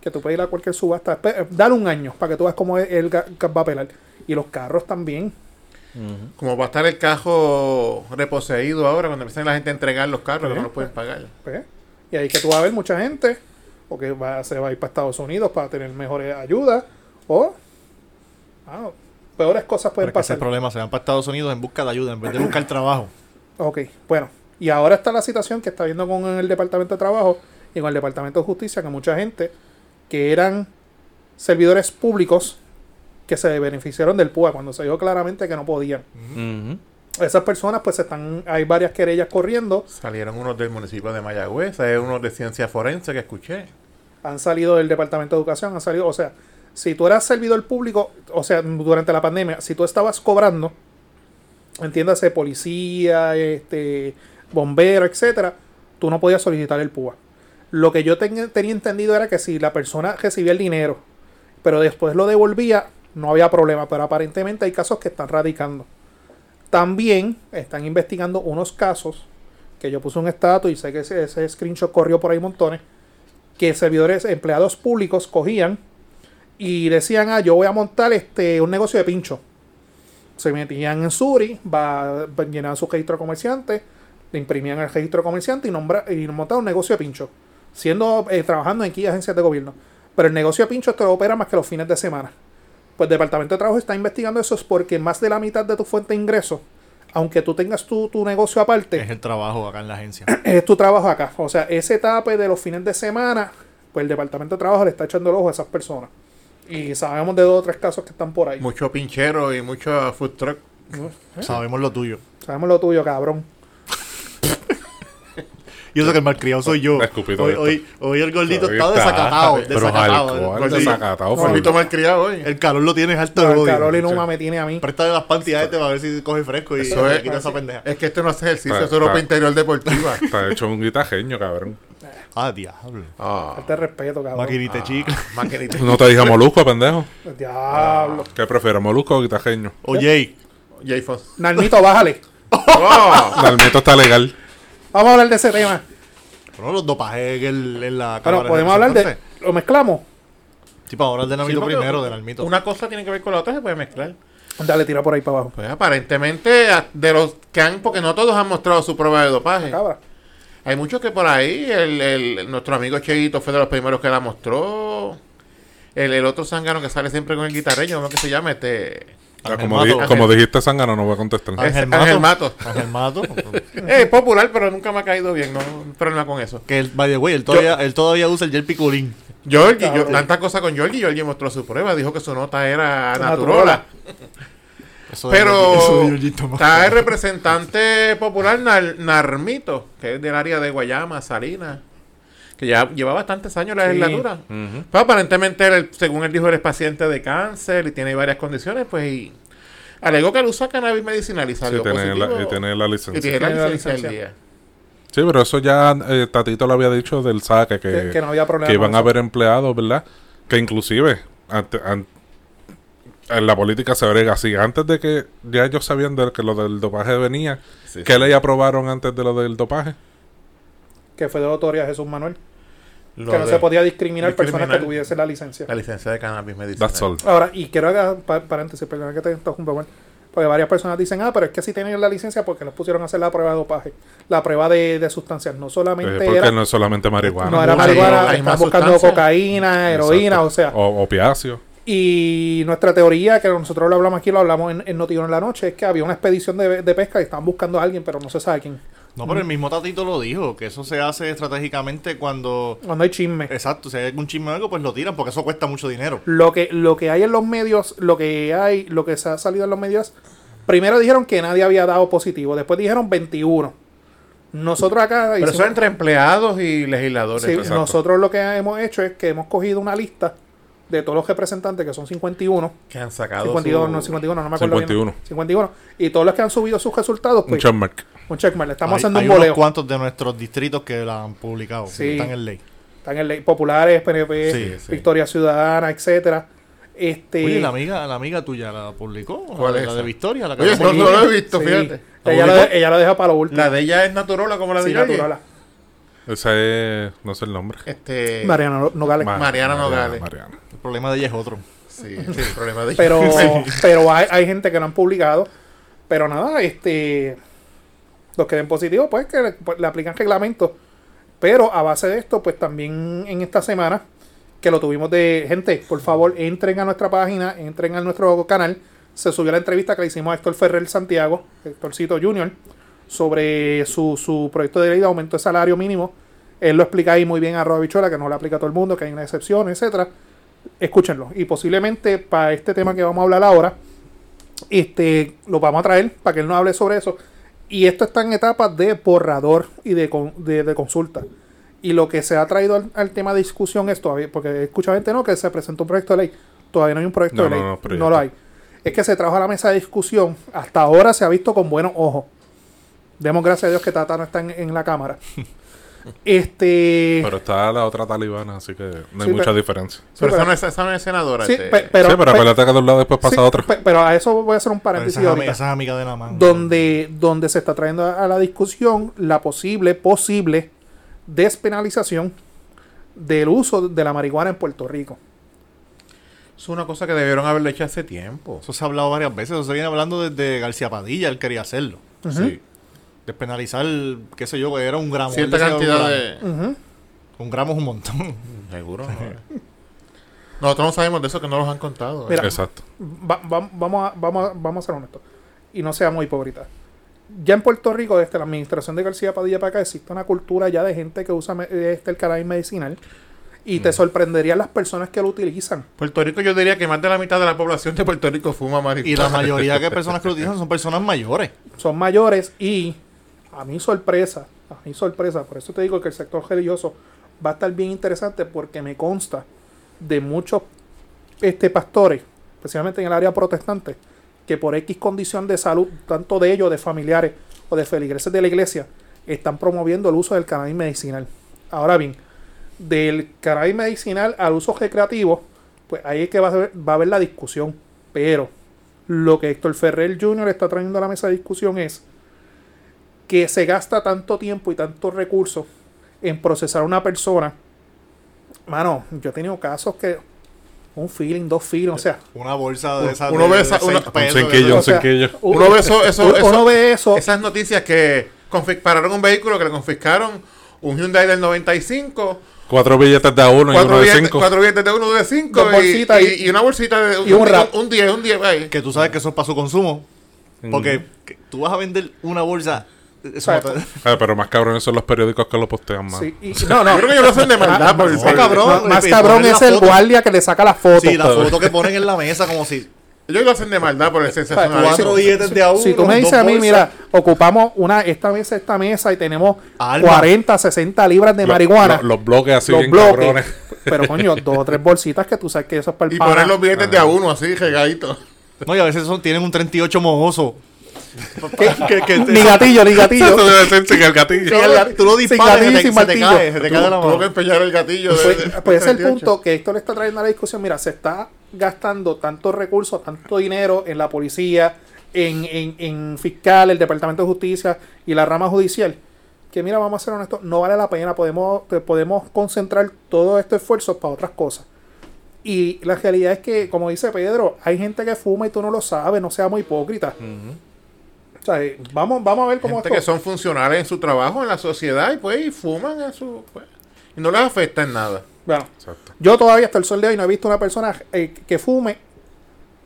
A: Que tú puedes ir a cualquier subasta. Espe- Dale un año para que tú veas cómo el- el ga- va a pelar. Y los carros también.
D: Como va a estar el cajo reposeído ahora, cuando empiezan la gente a entregar los carros que no los pueden pagar.
A: Pues, Y ahí que tú vas a ver mucha gente, o que va, se va a ir para Estados Unidos para tener mejores ayudas, o ah, peores cosas
C: Pero
A: pueden
C: es que ese es
A: pasar.
C: el problema. Se van para Estados Unidos en busca de ayuda, en vez de buscar trabajo.
A: Ok, bueno. Y ahora está la situación que está viendo con el Departamento de Trabajo y con el Departamento de Justicia, que mucha gente que eran servidores públicos que se beneficiaron del PUA cuando se dijo claramente que no podían. Esas personas, pues están, hay varias querellas corriendo,
D: Salieron unos del municipio de Mayagüez, hay unos de ciencia forense que escuché.
A: han salido del Departamento de Educación, han salido, o sea, si tú eras servidor público, o sea, durante la pandemia, si tú estabas cobrando, entiéndase, policía, este, bombero, etcétera, tú no podías solicitar el PUA. Lo que yo ten- tenía entendido era que si la persona recibía el dinero, pero después lo devolvía, no había problema, pero aparentemente hay casos que están radicando. También están investigando unos casos que yo puse un estatus y sé que ese, ese screenshot corrió por ahí montones que servidores, empleados públicos cogían y decían, ah, yo voy a montar este un negocio de pincho. Se metían en Suri, va, va- llenaban su registro de comerciante, le imprimían el registro de comerciante y, nombra, y montaban un negocio de pincho, siendo eh, trabajando en aquí agencias de gobierno. Pero el negocio de pincho esto lo opera más que los fines de semana. Pues el Departamento de Trabajo está investigando eso es porque más de la mitad de tu fuente de ingresos, aunque tú tengas tu, tu negocio aparte,
C: Es el trabajo acá en la agencia.
A: es tu trabajo acá. O sea, ese tape de los fines de semana, pues el departamento de trabajo le está echando el ojo a esas personas. Y sabemos de dos o tres casos que están por ahí.
D: Mucho pinchero y mucho food truck.
C: Sabemos lo tuyo.
A: Sabemos lo tuyo, cabrón.
C: Y eso que el malcriado soy yo.
B: Me escupí todo
C: Hoy,
B: esto.
C: hoy, hoy el gordito
B: Ahí
C: está
B: está.
C: desacatado.
B: Pero
C: desacatado. El
B: alcohol,
C: gordito.
B: desacatado,
A: No,
B: full.
D: Gordito mal criado hoy.
C: El calor lo tienes alto de
A: No,
C: odio.
A: Carol y Numa me tiene a mí.
C: Préstale las panties a este para ver si coge fresco y
D: Eso
C: y
D: es. Ah, Eh.
C: quita esa pendeja.
D: Es que esto no hace ejercicio,
B: Está-
D: es Europa
B: está-
D: Interior Deportiva.
B: Está hecho un guitajeño, cabrón.
C: Ah, diablo.
D: Ah,
A: Falta de respeto, cabrón.
C: Maquinita chica.
D: maquinita.
B: No te dije molusco, pendejo.
A: Pues, Diablo.
B: ¿Qué prefieres, molusco o guitajeño?
C: Oye,
D: Jay Fox.
A: Narnito, bájale.
D: Oh,
B: Dalmito está legal.
A: Vamos a hablar de ese tema.
C: pero los dopajes en, el- en la cámara.
A: Bueno, podemos hablar de.
C: Representantes.
A: ¿Lo mezclamos?
C: Sí, para hablar del
D: Sí,
C: Narmito
D: porque
C: primero, del Almito.
D: Una cosa tiene que ver con la otra, se puede mezclar.
A: Dale, tira por ahí para abajo.
D: Pues aparentemente, a- de los que han, porque no todos han mostrado su prueba de dopaje.
A: Cabra.
D: Hay muchos que por ahí, el, el- nuestro amigo Cheito fue de los primeros que la mostró. El, el otro zángano que sale siempre con el guitarreño, ¿cómo es que se llama? Este.
B: Ya,
C: Ángel
B: como,
C: Mato. Ah.
B: di-
D: Ángel.
B: como dijiste, Sangano, no voy a contestar.
C: Ángel
D: ese-
C: Mato.
D: Ángel Mato.
C: Ángel Mato.
D: Eh, Es popular, pero nunca me ha caído bien, no no hay problema con eso.
C: que el, by the way, él todavía, él todavía usa el gel picolín.
D: Georgie,
A: Cabrón.
D: yo- tanta cosa con Georgie, Georgie mostró su prueba, dijo que su nota era
A: Naturola.
D: naturola.
C: Eso de- eso de
D: Pero
C: Yoyito Mato.
D: está el representante popular Nar- Narmito, que es del área de Guayama, Salinas, que ya lleva bastantes años en la
A: Sí.
D: legislatura.
B: Ujú.
D: Pues, aparentemente, él, según él dijo, él es paciente de cáncer y tiene varias condiciones, pues y alegó que él usa cannabis medicinal y salió
B: Sí, tiene
D: positivo.
B: la, y tiene la licencia.
D: Y tiene la
A: Tiene la
D: licencia
A: licencia.
D: del día.
B: Sí, pero eso ya eh, Tatito lo había dicho del saque, que,
A: Que, que no había problema.
B: que
A: con
B: van
A: eso.
B: a haber empleados, ¿verdad? Que inclusive ante- an- en la política se brega así. Antes de que ya ellos sabían de que lo del dopaje venía, ¿qué ley aprobaron antes de lo del dopaje?
A: Que fue de autoría Jesús Manuel.
D: Lo
A: que no
D: de
A: se podía discriminar, personas que
D: discriminar.
A: tuviesen la licencia.
D: La licencia de cannabis medicinal.
B: That's all.
A: Ahora, y quiero hacer paréntesis, perdona que te interrumpa, Juan, porque varias personas dicen, ah, pero es que sí tenían la licencia porque los pusieron a hacer la prueba de dopaje, la prueba de, de sustancias, no
B: Eh,
A: solamente
B: porque
A: era,
B: no es solamente marihuana.
A: no era
D: no, hay-
A: marihuana,
D: hay
A: estaban
D: más
A: buscando
D: sustancias.
A: cocaína, heroína,
B: Exacto.
A: o sea,
B: O, opiáceo.
A: y nuestra teoría, que nosotros lo hablamos aquí, lo hablamos en, en Noticiero en la noche, es que había una expedición de, de pesca y estaban buscando a alguien, pero no se sabe quién,
C: No, pero el mismo Tatito lo dijo, que eso se hace estratégicamente cuando...
A: cuando hay chisme.
C: Exacto, si hay algún chisme o algo, pues lo tiran, porque eso cuesta mucho dinero.
A: Lo que, lo que hay en los medios, lo que hay, lo que se ha salido en los medios, primero dijeron que nadie había dado positivo, después dijeron 21. Nosotros acá
D: Pero eso
A: hicimos-
D: entre empleados y legisladores.
A: sí,
D: Entonces,
A: nosotros lo que hemos hecho es que hemos cogido una lista de todos los representantes, que son 51,
D: que han sacado
A: 52,
D: su-
A: no 51, no me acuerdo
B: 51.
A: bien. 51. Y todos los que han subido sus resultados,
B: Un
A: pues,
B: checkmark.
A: un checkmark, le estamos
C: Hay-
A: haciendo
C: hay
A: un
C: unos
A: boleo.
C: cuantos de nuestros distritos que la han publicado,
A: Sí.
C: que están en ley.
A: Están en ley, populares, PNP,
C: Sí, sí.
A: Victoria Ciudadana, etcétera. Este,
C: Oye, la amiga, la amiga tuya la publicó,
D: ¿Cuál
C: la,
D: es
C: la
D: esa?
C: de Victoria, la que
D: Oye,
C: la
D: no, no
C: publicó.
D: lo he visto,
A: sí.
D: fíjate.
A: Ella, lo, de- ella lo deja para lo último.
D: La de ella es naturola como la de
A: Sí,
D: Yogi.
A: natural.
B: Ese es, no sé el nombre.
D: Este,
A: Mariano Nogales.
B: Ma-
D: Mariana Nogales.
B: Mariana.
C: El problema de ella es otro.
D: Sí, sí, el problema de ella.
A: pero
D: Sí.
A: pero hay, hay gente que no han publicado pero nada este los que den positivo pues que le, pues, le aplican reglamentos pero a base de esto pues también en esta semana que lo tuvimos de gente por favor entren a nuestra página entren a nuestro canal se subió la entrevista que le hicimos a Héctor Ferrer Santiago Héctorcito Junior sobre su, su proyecto de ley de aumento de salario mínimo él lo explica ahí muy bien a Roa Bichola que no le aplica a todo el mundo que hay una excepción etcétera escúchenlo. Y posiblemente para este tema que vamos a hablar ahora, este, lo vamos a traer para que él nos hable sobre eso. Y esto está en etapas de borrador y de, con- de, de consulta. Y lo que se ha traído al, al tema de discusión es todavía, porque he escuchado gente no que se presentó un proyecto de ley. Todavía no hay un proyecto
B: No,
A: de
B: no,
A: ley.
B: no,
A: No,
B: proyecto.
A: lo hay. Es que se trajo a la mesa de discusión. Hasta ahora se ha visto con buenos ojos. Demos gracias a Dios que Tata no está en, en la cámara. este.
B: Pero está la otra talibana, así que no hay
A: Sí,
B: mucha
A: pero-
B: diferencia.
A: sí,
D: Pero esa
A: pero-
D: no es, esa no es senadora.
A: sí,
D: este.
A: pe- pero,
B: sí, pero
A: pe-
B: acuérdate que de un lado después pasa
A: Sí, pues,
B: otra.
A: pe- Pero a eso voy a hacer un
C: Pero
A: paréntesis
C: Esa es, ami-
A: ahorita.
C: esa es amiga de la mano.
A: donde, donde se está trayendo a, a la discusión la posible, posible despenalización del uso de la marihuana en Puerto Rico.
D: es una cosa que debieron haberlo hecho hace tiempo.
C: Eso se ha hablado varias veces, eso se viene hablando desde García Padilla, él quería hacerlo.
D: Sí.
C: Despenalizar, qué sé yo, era un gramo.
D: Cierta
C: él decía un
D: cantidad
C: gramo.
D: de.
A: Ujú.
C: Un gramo es un montón.
D: Seguro. ¿no? Nosotros no sabemos de eso que no los han contado.
A: Mira,
B: Exacto.
A: Va- va- vamos, a, vamos, a, vamos a ser honestos. Y no seamos hipócritas. Ya en Puerto Rico, desde la administración de García Padilla para acá, existe una cultura ya de gente que usa me- este, el cannabis medicinal. Y te sorprenderían las personas que lo utilizan.
D: este. Puerto Rico, yo diría que más de la mitad de la población de Puerto Rico fuma marihuana.
C: Y la mayoría de personas que lo utilizan son personas mayores.
A: son mayores y a mi sorpresa, a mi sorpresa, por eso te digo que el sector religioso va a estar bien interesante porque me consta de muchos este, pastores, especialmente en el área protestante, que por X condición de salud, tanto de ellos, de familiares o de feligreses de la iglesia, están promoviendo el uso del cannabis medicinal. Ahora bien, del cannabis medicinal al uso recreativo, pues ahí es que va a, ser- va a haber la discusión. Pero lo que Héctor Ferrer Jr. está trayendo a la mesa de discusión es que se gasta tanto tiempo y tantos recursos en procesar a una persona. Mano, yo he tenido casos que un feeling, dos feelings, o sea,
C: Una bolsa de esas.
D: Uno
C: de-
D: ve
C: de
D: esa-
C: seis
D: una-
C: pesos,
B: Un
C: de
B: cinquillo,
A: o
B: un
C: esas-
A: sea,
B: cinquillo.
D: Uno ve eso- eso-
A: uno- uno
D: eso-
A: ve eso,
D: Esas noticias que confiscaron un vehículo que le confiscaron un Hyundai del 95,
B: Cuatro billetes de a uno y
D: cuatro
B: uno de
D: billetes,
B: cinco.
D: cuatro billetes de uno de cinco
A: Dos
D: y,
A: bolsitas
D: y-
A: y-
D: y una bolsita de
A: y un wrap.
D: Un 10, un 10. ahí.
C: Que tú sabes que eso es para su consumo. Porque que tú vas a vender una bolsa. Eso no
A: Exacto.
C: te-
B: Ah, pero más cabrones son los periódicos que lo postean más.
A: sí, y- no,
D: Yo
A: no,
D: creo que ellos lo hacen
A: Ah,
D: de maldad. por-
C: más
D: por-
C: cabrón.
A: más, más
C: y- y
A: cabrón
C: poner la
A: es el
C: foto.
A: guardia que le saca la foto.
C: Sí, la foto que ponen en la mesa como si
D: Ellos lo hacen de maldad por el
A: Pues,
D: sensacionalismo.
C: cuatro
A: sí,
C: billetes de a uno.
A: Si tú me
C: dos
A: dices a mí,
C: bolsas.
A: mira, ocupamos una esta mesa, esta mesa y tenemos
C: Alma.
A: 40, 60 libras de
B: Lo-
A: marihuana,
B: lo- los bloques así
A: los
B: bien
A: bloques.
B: cabrones.
A: Pero coño, dos o tres bolsitas que tú sabes que eso es para el
D: Y
A: pana.
D: poner los billetes
C: Ah.
D: de a uno así, regaditos.
C: No, y a veces son, tienen un 38 mojoso. que, que te-
A: Ni gatillo, ni gatillo.
B: Eso debe ser sin el gatillo.
C: tú lo
A: Sin
C: disparas y
A: gatillo,
C: se te,
A: sin
C: se te
A: martillo.
C: cae, Eh, se te cae de la
D: Tuvo
C: mano.
D: que empeñar el gatillo. de-
A: Pues,
D: de-
A: pues ese es el
D: 38.
A: punto que esto le está trayendo a la discusión. Mira, se está gastando tantos recursos, tanto dinero en la policía, en, en, en fiscal, el Departamento de Justicia y la rama judicial. Que mira, vamos a ser honestos, no vale la pena. Podemos, que podemos concentrar todo este esfuerzo para otras cosas. Y la realidad es que, como dice Pedro, hay gente que fuma y tú no lo sabes, no seamos hipócritas. O sea, eh, vamos, vamos a ver cómo
D: Gente
A: esto-
D: que son funcionales en su trabajo, en la sociedad, y pues y fuman a su... pues, y no les afecta en nada.
A: Bueno,
B: Exacto.
A: Yo todavía hasta el sol de hoy no he visto una persona eh, que fume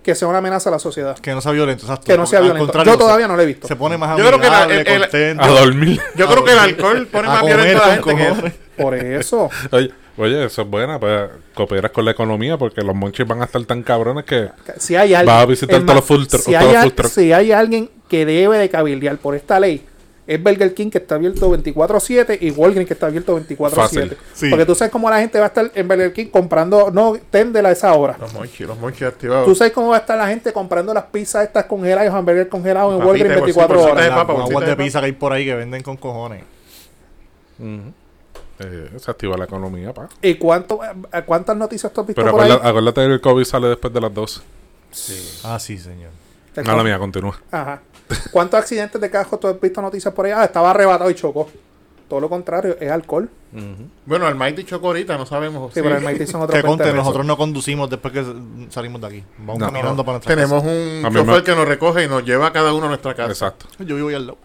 A: que sea una amenaza a la sociedad.
C: Que no sea violento, exacto.
A: Que no sea
C: Al
A: violento.
C: contrario,
A: Yo todavía no lo he
C: se,
A: visto.
C: se pone más
D: Yo creo que la-
C: amigable,
D: el- el-
B: A
C: contento.
B: dormir.
D: Yo creo que el alcohol pone
C: a
D: más
C: comer
D: violento a la
C: Ah, con
D: gente que
C: cojones.
A: Por eso.
B: Oye, oye, eso es buena. Pues cooperas con la economía porque los monchis van a estar tan cabrones que.
A: Si hay alguien.
B: Va a visitar
A: es más,
B: todos los full tr-
A: si,
B: todos
A: hay,
B: los
A: al-
B: full tr-
A: si hay alguien que debe de cabildear por esta ley, es Burger King que está abierto 24-7 y Walgreens que está abierto 24-7.
B: Fácil.
C: Sí.
A: Porque tú sabes cómo la gente va a estar en Burger King comprando. No, téndela a esa hora.
D: Los monchis, los monchis
A: Tú
D: activados.
A: sabes cómo va a estar la gente comprando las pizzas estas congeladas y los hamburguesas congelados en
D: Papitas,
A: Walgreens
D: bolsitas,
A: 24
D: bolsitas.
A: horas.
D: de
C: Las
D: papa, bolsita
C: guaguas
D: de
C: de
D: papa.
C: pizza que hay por ahí que venden con cojones.
B: Ujú. Eh, se activa la economía, pa.
A: ¿Y cuánto, a- cuántas noticias tú has visto
B: Pero
A: por ahí?
B: acuérdate, acuérdate que el COVID sale después de las 12.
C: Ah, sí, señor.
A: Te
B: No, la mía, continúa.
A: Ajá. ¿Cuántos accidentes de carro tú has visto noticias por ahí? Ah, estaba arrebatado y chocó. Todo lo contrario, es alcohol.
D: Bueno, el Mighty chocó ahorita, no sabemos.
A: Sí,
D: si-
A: pero el Mighty son otros
C: Que
A: 20
C: conte,
A: pesos.
C: nosotros no conducimos después que mm, salimos de aquí. Vamos
B: No.
C: caminando para nuestra
D: Tenemos un
B: A mí
D: chofer
B: me-
D: que nos recoge y nos lleva a cada uno a nuestra casa.
B: Exacto.
C: casa. Yo vivo ahí al lado.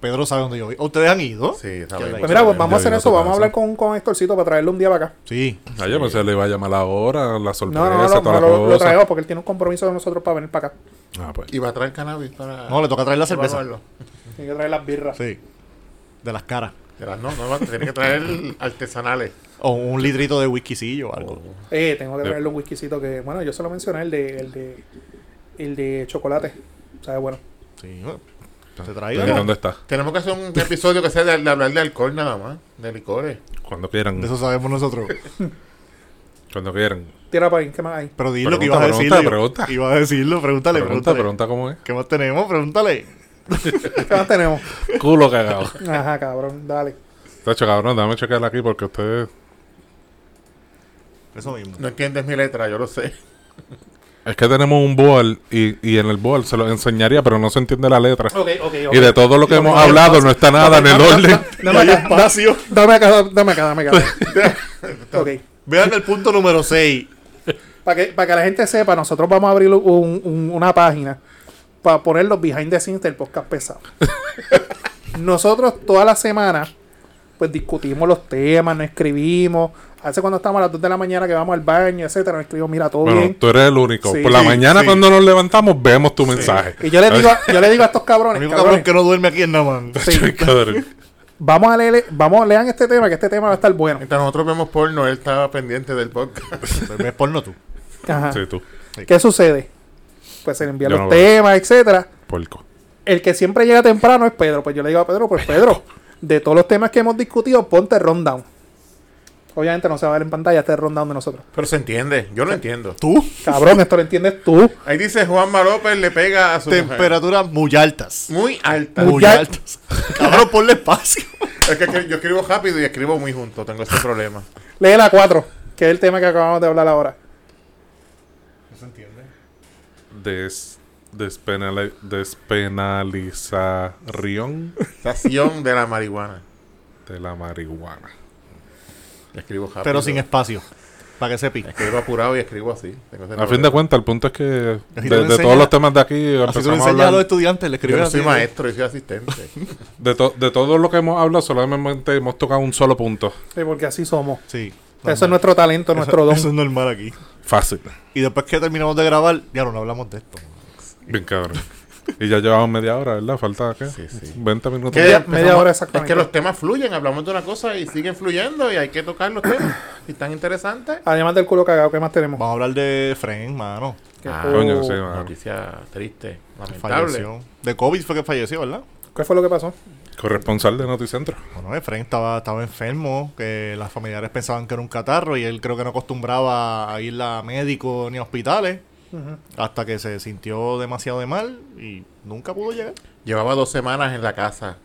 C: Pedro sabe dónde yo vivo. ¿Ustedes han ido?
D: Sí,
C: ¿Qué hay?
D: sabemos.
A: Pues mira, pues
B: Yo
A: vamos a hacer
B: digo,
A: eso.
B: tú
A: Vamos a
B: pasa.
A: hablar con, con Héctorcito para traerle un día para acá.
C: Sí.
B: Ah, yo pensé que le iba a llamar ahora, la sorpresa,
A: No, no, no,
B: toda
A: no,
B: la
A: lo, lo
B: cosa.
A: traemos porque él tiene un compromiso con nosotros para venir para acá.
B: Ah, pues.
D: Y va a traer cannabis para...
C: No, le toca traer la cerveza.
D: evaluarlo.
A: Tiene que traer las birras.
C: Sí. De las caras.
D: De las- No, no, va a tener que traer artesanales.
C: O un litrito de whiskycillo o algo.
D: Oh.
A: Eh, tengo que traerle un whiskycito que, bueno, yo se lo mencioné, el de, el de, el de chocolate. O sea, bueno.
C: Sí. bueno, Te
B: ¿Y
C: traigo.
B: dónde está?
D: Tenemos que hacer un episodio que sea de, de hablar de alcohol nada más, de licores.
B: Cuando quieran.
C: De eso sabemos nosotros.
B: Cuando quieran.
A: Tira para ahí, ¿qué más hay?
C: Pero di lo que ibas a
B: Pregunta, pregunta,
C: decirlo.
B: pregunta.
C: Ibas a decirlo, pregúntale,
B: Pregunta,
C: pregúntale.
B: pregunta cómo es.
C: ¿Qué más tenemos? Pregúntale.
A: ¿Qué más tenemos?
B: Culo cagado.
A: Ajá, cabrón, dale.
B: Está hecho, cabrón. Dame chequearla aquí porque ustedes.
C: Eso mismo.
D: No entiendes mi letra, yo lo sé.
B: Es que tenemos un board y, y en el board se lo enseñaría, pero no se entiende la letra.
A: Ok, ok, ok.
B: Y de todo lo que
C: No,
B: hemos
C: no,
B: hablado no está nada en el orden.
A: Dame
C: Hay
A: acá,
C: espacio.
A: dame acá, dame acá, dame acá. ok.
C: Vean el punto número 6.
A: Para que, para que la gente sepa, nosotros vamos a abrir un- un- una página para poner los behind the scenes del podcast pesado. nosotros todas las semanas, pues discutimos los temas, nos escribimos. Hace cuando estamos a las 2 de la mañana que vamos al baño, etcétera, nos escribimos, mira, todo
B: Bueno,
A: bien.
B: tú eres el único.
A: Sí,
B: Por la
A: sí,
B: mañana
C: sí.
B: cuando nos levantamos vemos tu mensaje.
A: Y yo le digo, a- yo le digo a estos
C: El
A: cabrones,
C: único cabrón
A: cabrones,
C: que no duerme aquí en Naman.
A: sí,
B: Cabrón.
A: vamos a leer, vamos, lean este tema, que este tema va a estar bueno.
D: Mientras nosotros vemos porno, él estaba pendiente del podcast.
C: Ves porno tú.
A: Ajá.
B: Sí, tú.
A: ¿Qué sucede? Pues se le envían
B: Yo
A: los
B: no veo.
A: temas, etcétera.
B: Puerco.
A: El que siempre llega temprano es Pedro. Pues yo le digo a Pedro, pues Pedro, de todos los temas que hemos discutido, ponte rundown. Obviamente no se va a ver en pantalla este rundown de nosotros.
D: Pero se entiende, yo lo entiendo.
C: Tú.
A: Cabrón, esto lo entiendes tú.
D: Ahí dice Juanma López le pega a su mujer.
C: Temperaturas muy altas.
D: muy alta.
A: Muy
C: Muy
A: al-
C: altas. Cabrón, ponle espacio.
D: Es que escri- yo escribo rápido y escribo muy junto. Tengo ese problema.
A: Lee la 4, que es el tema que acabamos de hablar ahora.
C: No se entiende.
B: Des, despenali- despenalización
D: Estación de la marihuana.
B: de la marihuana.
D: Escribo rápido.
C: Pero sin espacio. Para que se pique.
D: Escribo apurado y escribo así. Tengo ese
B: A fin
D: problema.
B: de cuentas, el punto es que de,
C: Así tú le
B: de todos
C: enseñas-
B: los temas de aquí,
C: Así tú le
B: empezamos a
C: enseñas a los
B: hablar,
C: estudiantes, le
D: Yo
C: escribes
D: no
C: así.
D: soy maestro, yo soy asistente.
B: de, to- de todo lo que hemos hablado, solamente hemos tocado un solo punto.
A: Sí, porque así somos.
C: Sí.
A: Eso es
C: normal.
A: nuestro talento, nuestro don.
C: Eso es normal aquí.
B: Fácil.
C: Y después que terminamos de grabar, ya no hablamos de esto.
B: Bien cabrón. Y ya llevamos media hora, ¿verdad? Falta, ¿qué?
D: Sí, sí.
B: 20 minutos.
D: Que
A: Media-
D: empezamos-
A: media hora
D: Es
A: exactamente.
D: que los temas fluyen, hablamos de una cosa y siguen fluyendo y hay que tocar los temas. Y tan interesantes.
A: Además del culo cagado, ¿qué más tenemos?
C: Vamos a hablar de Fren, mano.
A: ¿Qué,
D: Ah,
A: fue-
B: Coño, sí, mano.
D: Noticia triste, lamentable.
C: Falleció. De COVID fue que falleció, ¿verdad?
A: ¿Qué fue lo que pasó?
B: Corresponsal de Noticentro.
C: Bueno, Fren estaba, estaba enfermo, que las familiares pensaban que era un catarro y él creo que no acostumbraba a ir a médicos ni a hospitales
A: Ujú.
C: hasta que se sintió demasiado de mal y nunca pudo llegar.
D: Llevaba dos semanas en la casa.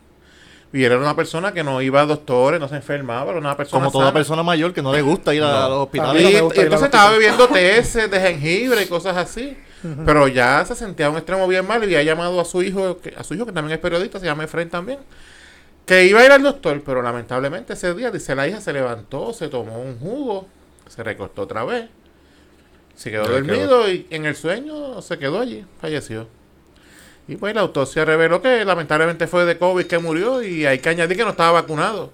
D: Y él era una persona que no iba a doctores, no se enfermaba, era una persona
C: Como toda
D: sana.
C: persona mayor que no le gusta ir a,
B: No.
A: A
C: a los
A: mí no
C: hospitales.
A: me
D: Y-
A: gusta
D: y
A: ir a
D: entonces
A: los
D: estaba bebiendo TS de jengibre y cosas así. Pero ya se sentía a un extremo bien mal y había llamado a su hijo, que- a su hijo que también es periodista, se llama Efraín también, que iba a ir al doctor, pero lamentablemente ese día, dice la hija, se levantó, se tomó un jugo, se recostó otra vez, se quedó
B: Ya
D: dormido y en el sueño se quedó allí, falleció. Y pues la autopsia reveló que lamentablemente fue de COVID que murió y hay que añadir que no estaba vacunado.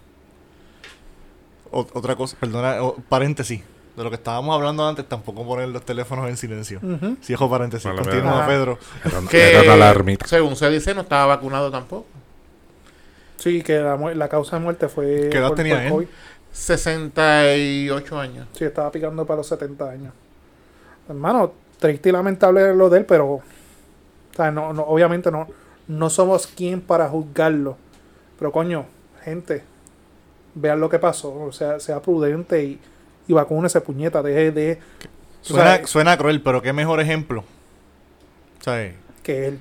C: O- otra cosa, perdona, o- paréntesis. De lo que estábamos hablando antes, tampoco poner los teléfonos en silencio.
A: Ujú.
C: Cierro paréntesis.
B: Mala
C: Continúa,
A: mía.
C: Pedro.
B: Era,
D: Que
B: era una alarmita.
D: según se dice no estaba vacunado tampoco.
A: Sí, que la, mu- la causa de muerte fue.
C: ¿Qué edad
A: por-
C: tenía
A: por
C: él?
A: COVID.
D: 68 años.
A: Sí, estaba picando para los 70 años. Hermano, triste y lamentable lo de él, pero. o sea, no, no, obviamente no, no somos quien para juzgarlo. Pero coño, gente, vean lo que pasó. O sea, sea prudente y, y vacúnese, puñeta. Deje de Tú
C: Suena,
A: sabes-
C: suena cruel, pero qué mejor ejemplo. ¿Sabes?
A: que él.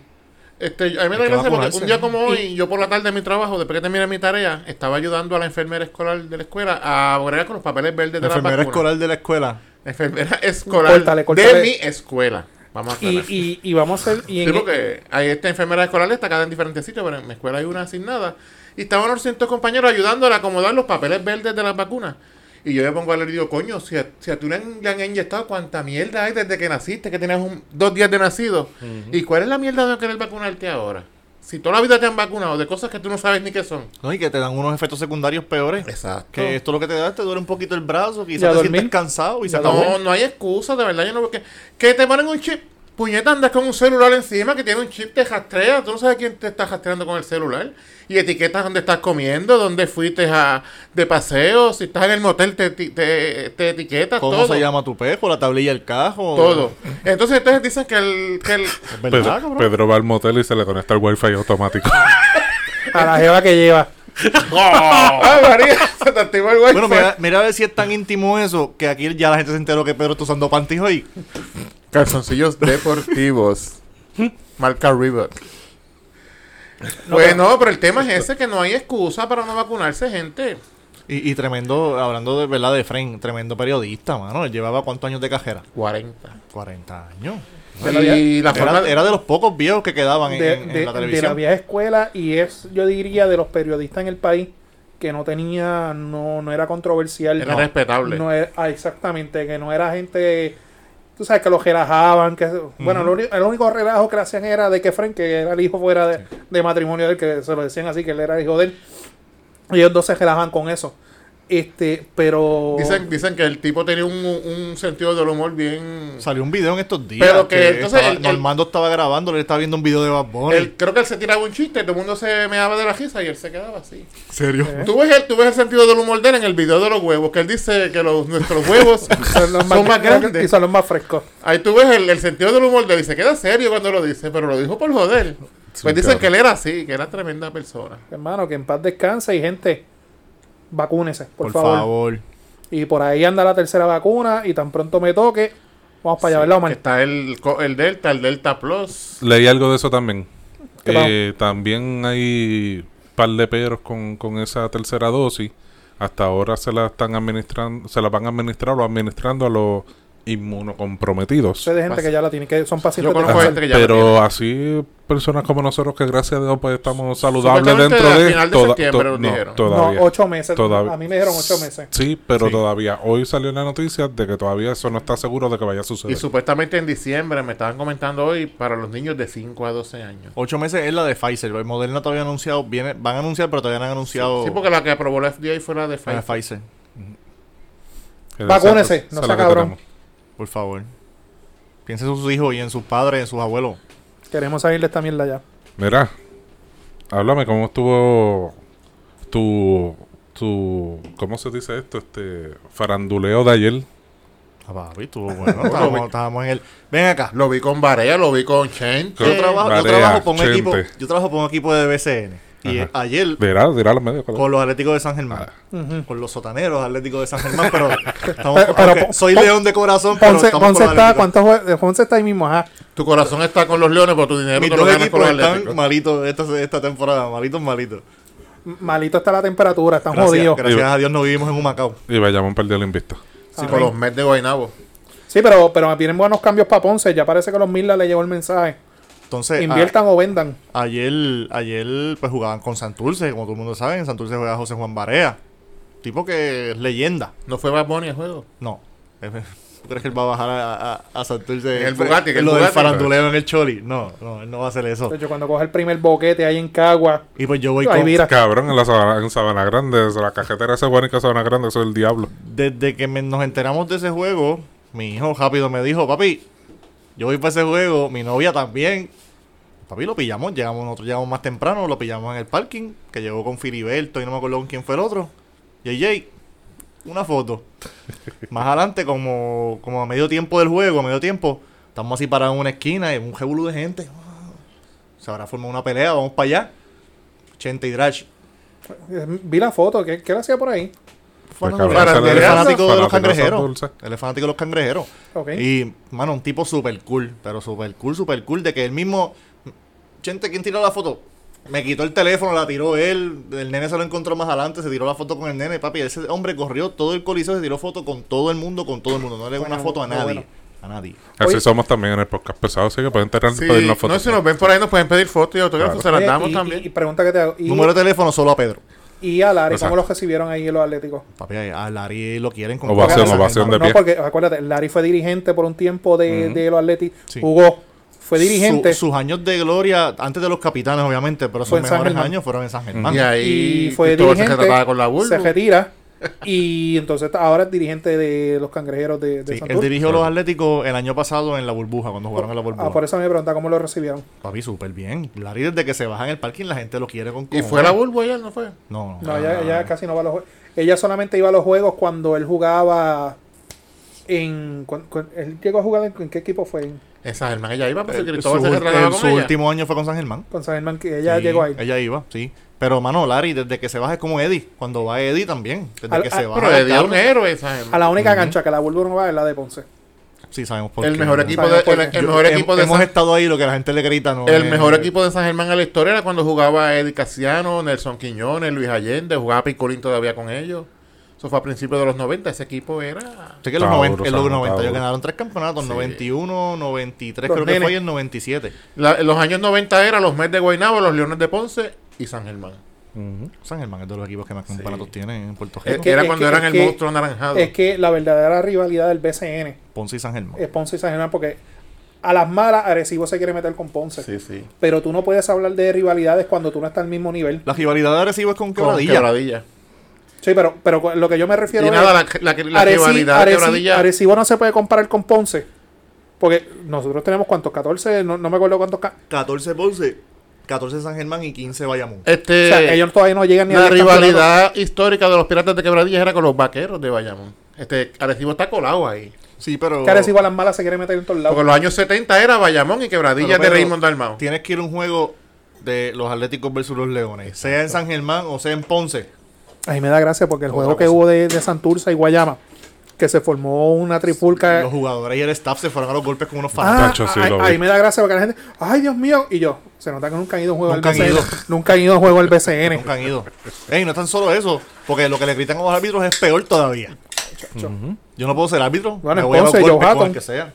D: Este, yo- a mí me
C: Hay
D: da
C: que
D: gracia porque
C: vacunarse.
D: un día como hoy, yo por la tarde de mi trabajo, después que terminé mi tarea, estaba ayudando a la enfermera escolar de la escuela a bregar con los papeles verdes
C: La
D: de la,
C: enfermera
D: vacuna.
C: escolar de la escuela.
D: La enfermera escolar
A: Córtale, córtale.
D: de mi escuela. Vamos a
A: Y,
D: aclarar.
A: y, y vamos a ser. Y
D: Sí,
A: en- e-,
D: porque hay esta enfermera escolar destacada en diferentes sitios, pero en mi escuela hay una asignada. Y estaban los cientos compañeros ayudándola a acomodar los papeles verdes de las vacunas. Y yo me pongo a leer y digo, coño, si a, si a tú le han, le han inyectado cuánta mierda hay desde que naciste, que tienes un- dos días de nacido. ¿Y cuál es la mierda de no querer vacunarte ahora? Si toda la vida te han vacunado de cosas que tú no sabes ni qué son.
C: No, y que te dan unos efectos secundarios peores.
D: Exacto.
C: Que esto lo que te da te duele un poquito el brazo, quizás
A: Y a
C: te
A: dormir.
C: sientes cansado y se
A: Y a
C: acabó.
D: No, no hay excusa, de verdad, yo no veo que... Que te ponen un chip. Puñeta, andas con un celular encima que tiene un chip, te rastrea. Tú no sabes quién te está rastreando con el celular. Y etiquetas dónde estás comiendo, dónde fuiste a, de paseo. Si estás en el motel, te, eti- te, te etiquetas
C: ¿Cómo
D: todo.
C: se llama tu pejo? ¿La tablilla del cajo?
D: Todo. Entonces, entonces dicen que el... Que el
C: Es
B: Pedro,
C: verdad, cabrón.
B: Pedro va al motel y se le conecta el wifi automático.
A: a la jeva que lleva.
D: ¡Ah, María! Se te activó el wifi.
C: Bueno, mira, mira a ver si es tan íntimo eso que aquí ya la gente se enteró que Pedro está usando panties hoy.
D: Calzoncillos deportivos. Marca Reebok.
A: No,
D: bueno, pero el tema es ese, que no hay excusa para no vacunarse, gente.
C: Y, y tremendo, hablando de verdad de Fren, tremendo periodista, mano. Él llevaba cuántos años de cajera?
D: 40.
C: 40 años.
D: Y la forma
C: Era, era de los pocos viejos que quedaban en-
A: de,
C: en, en
A: de-
C: la
A: de la
C: televisión.
A: vieja escuela y es, yo diría, de los periodistas en el país que no tenía, no, no era controversial.
D: era
A: no,
D: respetable.
A: No era- ah, exactamente, que no era gente, tú sabes, que los relajaban. Que, Bueno, lo uni- el único relajo que le hacían era de que Frank, que era el hijo fuera de, de matrimonio de él, que se lo decían así, que él era el hijo de él. Ellos dos se relajaban con eso. Este, pero...
D: dicen, dicen que el tipo tenía un, un sentido del humor bien...
C: Salió un video en estos días.
D: Pero que entonces
C: estaba-
D: el- el-
C: Normando estaba grabando, le estaba viendo un video de Bad Bunny.
D: él- creo que él se tiraba un chiste, todo el mundo se meaba de la risa y él se quedaba así.
C: ¿Serio?
A: ¿Eh?
D: Tú ves, el, tú ves el sentido del humor de él en el video de los huevos, que él dice que los, nuestros huevos
A: son los más,
D: son más
A: y
D: grandes.
A: son los más frescos.
D: Ahí tú ves el, el sentido del humor de él y se queda serio cuando lo dice, pero lo dijo por joder. Pues dicen
B: claro.
D: que él era así, que era tremenda persona.
A: Hermano, que en paz descanse y gente, vacúnese, por,
C: Por
A: favor.
C: favor.
A: Y por ahí anda la tercera vacuna y tan pronto me toque, vamos para allá,
D: Sí,
A: ¿verdad, Omar?
D: Está el, co- el Delta, el Delta Plus.
B: Leí algo de eso también.
A: ¿Qué pasó?
B: Eh, también hay par de peros con, con esa tercera dosis. Hasta ahora se la están administrando, se la van a administrar o administrando a los inmunocomprometidos.
A: Sé de gente que ya la tiene, que son pacientes
D: Yo
A: de
D: conozco
B: Ajá,
A: cáncer.
D: gente que ya lo
B: pero
D: tiene.
B: así personas como nosotros que gracias a Dios pues, estamos saludables
D: Supuestamente
B: dentro
D: al
B: de,
D: final de
B: toda-
D: septiembre
B: to-
D: nos
B: no,
D: dijeron.
B: todavía.
A: No, ocho meses.
B: Todavía.
A: A mí me dijeron ocho meses.
B: Sí, pero
C: Sí.
B: todavía hoy salió la noticia de que todavía eso no está seguro de que vaya a
D: Y
B: suceder.
D: supuestamente en diciembre, me estaban comentando hoy, para los niños de 5 a 12 años.
C: Ocho meses es la de Pfizer. El Moderna todavía ha anunciado, viene, van a anunciar, pero todavía no han anunciado
D: Sí, porque la que aprobó la FDA fue la de
C: la de
D: Pfizer.
C: Pfizer.
B: Que
A: Vacúnese,
B: esa-
A: no
B: esa es
A: sea
B: la que
A: cabrón.
B: tenemos.
C: Por favor. Piensen en sus hijos y en sus padres, en sus abuelos.
A: Queremos salir de esta mierda ya.
B: Mira, háblame cómo estuvo tu tu ¿cómo se dice esto? Este faranduleo de ayer.
C: Ah, papi, tú, bueno, estábamos, estábamos en el... Ven acá.
D: Lo vi con Barea, lo vi con Chen.
B: Yo
C: Yo trabajo, yo
B: Barea,
C: trabajo con un equipo,
B: Chente.
C: yo trabajo con un equipo de BCN. Y
B: Ajá.
C: eh, ayer,
B: Dirá, dirá los medios. ¿cuál es?
C: con los Atléticos de San Germán.
A: Ujú.
C: Con los sotaneros Atléticos de San Germán, pero... estamos-
A: Pero- pero
C: aunque
A: pon-
C: soy
A: pon-
C: león de corazón, pero
A: Ponce,
C: estamos con
A: Ponce
C: los
A: está,
C: Atléticos.
A: ¿cuántos jue- eh, Ponce está ahí mismo? Ajá.
D: Tu corazón está con los leones, pero tu dinero
C: Mis
D: te lo
C: dos
D: ganas con
C: equipos
D: los
C: están
D: atléticos.
C: malitos esta, esta temporada, malitos, malitos.
A: M- Malito está la temperatura, están
C: Gracias,
A: jodidos.
C: gracias a Dios no vivimos en un Macao.
B: Y vayamos perdió el invicto.
D: Sí, con los Mets de Guaynabo.
A: Sí, pero, pero vienen buenos cambios para Ponce. Ya parece que los Mirla le llegó el mensaje.
C: Entonces, a-
A: Inviertan o vendan.
C: Ayer, ayer pues jugaban con Santurce, como todo el mundo sabe, en Santurce juega José Juan Barea. Tipo que es leyenda.
D: ¿No fue Bad Bunny el juego?
C: No. ¿Tú crees que él va a bajar a, a- a Santurce?
D: En el Bugatti, que el
C: lo del
D: Bugatti. pues.
C: faranduleo en el Choli. No, no, él no va a hacer eso.
A: De hecho, cuando coge el primer boquete ahí en Cagua,
C: Y pues yo voy
A: ahí
C: con...
A: mira.
B: Cabrón en la sabana, en Sabana Grande, desde la cajetera esa guanica Sabana Grande, eso es el diablo.
C: Desde que me- nos enteramos de ese juego, mi hijo rápido me dijo, papi, yo voy para ese juego, mi novia también. Papi, lo pillamos, llegamos nosotros llegamos más temprano, lo pillamos en el parking, que llegó con Filiberto y no me acuerdo con quién fue el otro. JJ, una foto. más adelante, como, como a medio tiempo del juego, a medio tiempo, estamos así parados en una esquina y un jebulú de gente. Se habrá formado una pelea, vamos para allá. Chente y Drash.
A: eh, Vi la foto. ¿Qué, qué le hacía por ahí?
B: Pues,
C: Fanático,
B: cabrón,
D: Fanático.
C: él es fanático de los
B: fanático de
C: cangrejeros.
B: Santurce.
C: Él es fanático de los cangrejeros.
A: Ok.
C: Y, mano, un tipo super cool, pero super cool, super cool, de que él mismo... Gente, ¿quién tiró la foto? Me quitó el teléfono, la tiró él, el nene se lo encontró más adelante, se tiró la foto con el nene, papi, ese hombre corrió todo el coliseo, se tiró foto con todo el mundo, con todo el mundo, no le dio una
A: Bueno,
C: foto a
A: muy
C: nadie,
A: bueno.
C: a nadie.
B: Así
A: Oye.
B: somos también en el podcast pesado, así que pueden tener
D: Sí,
B: pedirnos
D: no,
B: fotos.
D: si nos ven por ahí nos pueden pedir fotos y autógrafos, se
A: Oye,
D: las damos
A: Eh, y-
D: también.
A: Y, y pregunta que te hago. Y,
C: Número de teléfono solo a Pedro.
A: y a Lari,
B: Exacto.
A: ¿cómo los recibieron ahí los Atléticos?
C: Papi, a Larry lo quieren con
B: Ovación,
C: toda la-
B: ovación de
A: no,
B: pie.
A: porque acuérdate, Lari fue dirigente por un tiempo de, de los Atléticos.
C: Sí.
A: Jugó. Fue dirigente.
C: Su- sus años de gloria, antes de los capitanes, obviamente, pero sus
A: Fue en San
C: mejores
A: Germán.
C: años fueron en San Germán.
D: Y ahí
A: y fue
D: Cristóbal
A: dirigente.
D: se trataba con la
A: se
D: Bulbo.
A: retira. Y entonces ahora es dirigente de los cangrejeros de, de
C: Sí, él
A: Santurce.
C: dirigió a los Atléticos el año pasado en la burbuja, cuando jugaron en la burbuja.
A: Ah, por eso me pregunta cómo lo recibieron.
C: Papi, súper bien. Larry, desde que se baja en el parking, la gente lo quiere con
D: Y
C: cojones.
D: fue la Bulbo ayer, ¿no fue?
C: No, no.
A: No, ella,
C: Ah.
A: ella casi no va a los juegos. Ella solamente iba a los juegos cuando él jugaba en... cuan- cuan- él llegó a jugar en, ¿en qué equipo fue? En-
D: En San Germán ella iba, pero
C: Eh, Su,
D: Cristóbal se trataba
C: el-
D: con
C: su
D: ella.
C: último año fue con San Germán.
A: con San Germán, que ella
C: Sí,
A: llegó ahí.
C: Ella iba, sí. Pero, mano, Larry, desde que se baja es como Eddie. Cuando va Eddie también. Desde
A: Al-
C: que
A: al-
C: se baja.
D: Pero
C: del
D: le dio un
C: carro.
D: héroe, San Germán.
A: A la única cancha que la Bulbo no va es la de Ponce.
C: Sí, sabemos por
D: El
C: qué.
D: mejor equipo de,
A: Sabemos por
D: el,
A: qué.
D: el mejor
C: Hem-
D: equipo de
C: hemos
D: San,
C: estado ahí, lo que la gente le grita. No Eh,
D: el
C: es-
D: mejor
A: Eh,
D: equipo de San Germán en la historia era cuando jugaba Eddie Casiano, Nelson Quiñones, Luis Allende, jugaba Picolín todavía con ellos. Eso fue a principios de los 90, ese equipo era
C: Sé que en los
B: Tauro,
C: 90, en los
B: Tauro,
C: 90 ellos
B: Tauro.
C: ganaron tres campeonatos, 91, 93,
A: Los
C: creo que fue
A: nenes.
C: y el 97.
D: la- en los años 90 era los Mets de Guaynabo, los Leones de Ponce y San Germán.
B: Ujú.
C: San Germán es de los equipos que más campeonatos tiene en Puerto
D: Eh,
C: Rico.
A: Es que-
D: era
A: es
D: cuando
A: que-
D: eran
A: es
D: el
A: que-
D: monstruo anaranjado.
A: Es que la verdadera rivalidad del BCN
C: Ponce y San Germán.
A: es Ponce y San Germán porque a las malas Arecibo se quiere meter con Ponce.
D: sí, sí.
A: Pero tú no puedes hablar de rivalidades cuando tú no estás al mismo nivel.
C: La rivalidad de Arecibo es con
D: Con
C: Quebradilla.
D: Quebradilla.
A: Sí, pero, pero cu- lo que yo me refiero
D: Y
A: es-
D: nada, la, la, la, la
A: Areci-
D: rivalidad de
A: Areci-
D: Quebradilla.
A: Arecibo no se puede comparar con Ponce. Porque nosotros tenemos cuántos, 14, no, no me acuerdo cuántos. ca-
C: 14 Ponce, 14 San Germán y 15 Bayamón.
A: o
D: Este,
A: sea, ellos todavía no llegan ni
D: la
A: al campeonato.
D: rivalidad histórica de los piratas de Quebradilla era con los vaqueros de Bayamón. Este, Arecibo está colado ahí.
C: Sí, pero.
A: Que Arecibo a las malas se quiere meter en todos lados.
D: Porque en los años 70 era Bayamón
C: pero,
D: y Quebradilla de
C: pero,
D: Raymond Dalmau.
C: Tienes que ir a un juego de los Atléticos versus los Leones, sea en San Germán o sea en Ponce.
A: Ahí me da gracia porque el
C: Otra
A: juego que
C: cosa.
A: hubo de, de Santurce y Guayama, que se formó una tripulca.
C: Los jugadores y el staff se fueron a los golpes como unos
A: Ah,
C: fantasmas.
B: Tacho, sí,
A: ahí,
B: lo vi.
A: ahí me da gracia porque la gente, ay Dios mío, y yo, se nota que nunca han ido a un juego
C: Nunca
A: al
C: han
A: BCN.
C: ido.
A: Nunca han ido a un juego al BCN.
C: Nunca han ido. Ey, no es tan solo eso, porque lo que le gritan a los árbitros es peor todavía.
A: chacho.
C: Yo no puedo ser árbitro.
A: Bueno,
C: me voy a los
A: entonces,
C: golpes
A: Joe
C: con
A: Hatton.
C: el que sea.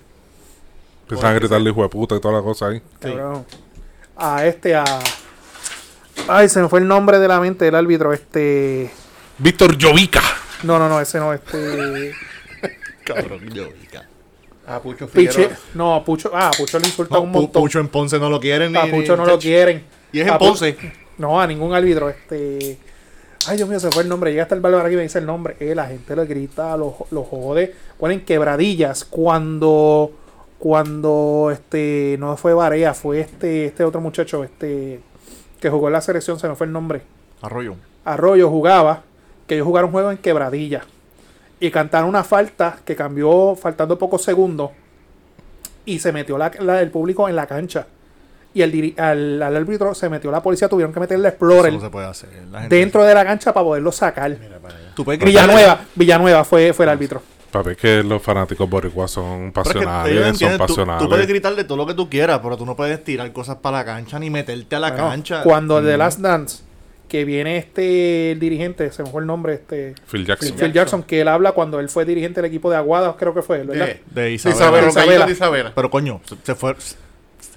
B: Empezaban a gritarle hijo de puta y toda la cosa ahí.
A: Cabrón. A este, a. Ay, se me fue el nombre de la mente del árbitro. Este.
B: Víctor Jovica.
A: No, no, no, ese no, este.
C: Cabrón, yo. hija.
D: A Ah, Pucho
A: Piche.
D: Figueroa.
A: No, a Pucho. Ah, a Pucho le insulta
C: No,
A: un
C: Pu-
A: montón.
C: Pucho en Ponce no lo quieren ni.
A: a Pucho no lo quieren.
C: Y es en
A: A Pu-
C: Ponce.
A: No, a ningún árbitro. Este. Ay, Dios mío, se fue el nombre. Llega hasta el valor aquí y me dice el nombre. Eh, la gente lo grita, lo, lo jode. Ponen quebradillas cuando. Cuando este. No fue Varea, fue este. Este otro muchacho, este. Que jugó en la selección, se me fue el nombre.
C: Arroyo.
A: Arroyo jugaba, que ellos jugaron un juego en quebradilla. Y cantaron una falta que cambió faltando pocos segundos. Y se metió la, la del público en la cancha. Y el, diri- al, al árbitro se metió la policía, tuvieron que meterle
C: Eso
A: Explorer
C: no se puede hacer. La gente-
A: dentro de la cancha para poderlo sacar.
C: Tú puedes gritar-
A: Villanueva, Villanueva fue, fue el árbitro.
B: Papi, es que los fanáticos boricuas
C: Pero
B: son
C: es que
B: pasionales,
C: ellos
B: son
C: entienden, tú-
B: pasionales.
C: Tú, puedes gritarle todo lo que tú quieras, pero tú no puedes tirar cosas para la cancha ni meterte a la
A: Bueno,
C: cancha.
A: Cuando el de Last Dance, que viene este el dirigente, se me fue el nombre, este
B: Phil Jackson.
A: Phil Jackson, que él habla cuando él fue dirigente del equipo de Aguada, creo que fue, ¿verdad?
D: De,
C: De Isabela.
D: Isabela. los
A: Isabela.
D: gallitos de Isabela.
C: Pero coño, se, se fue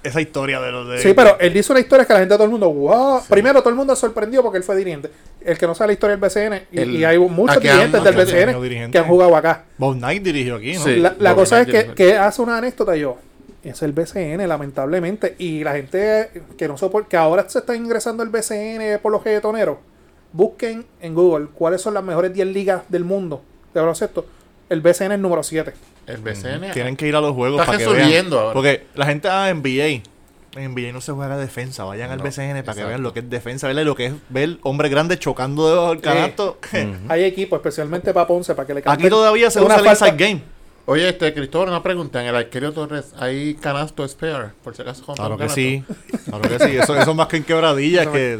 C: esa historia de los de.
A: Sí, pero eh, él dice una historia que la gente, todo el mundo, wow. Primero, todo el mundo sorprendió porque él fue dirigente. El que no sabe la historia del BCN, y,
D: El-
A: y hay muchos
D: aquí han-
A: dirigentes del
D: aquí han
A: BCN
C: tenido dirigentes.
A: que han jugado acá.
C: Bob Knight dirigió aquí, ¿no?
D: Sí.
A: la la
D: Bob
A: cosa es
D: Knight
A: que,
D: dirigió.
A: que hace una anécdota yo. Es el BCN, lamentablemente. Y la gente que no soporta, que ahora se está ingresando el BCN por los reggaetoneros, busquen en Google cuáles son las mejores 10 ligas del mundo de baloncesto. El BCN es número 7.
D: El BCN.
C: Tienen que ir a los juegos
D: Está
C: para que vean.
D: resurgiendo ahora.
C: Porque la gente ah, NBA. En NBA no se juega defensa. Vayan al
D: No,
C: BCN para que
D: exacto.
C: vean lo que es defensa, ¿verdad? Y lo que es ver hombre grande chocando debajo del canasto.
A: Hay equipos, especialmente para Ponce, para que le
C: Aquí
A: canten
C: todavía se
A: Mm. una
C: usa el
A: falta-
C: inside game.
D: Oye, este, Cristóbal, una pregunta. En el arquerio Torres, ¿hay canasto spare? Por si acaso. compra
C: Claro
D: un
C: que
D: canasto.
C: sí. Claro que sí. Eso, eso es más que en quebradillas. que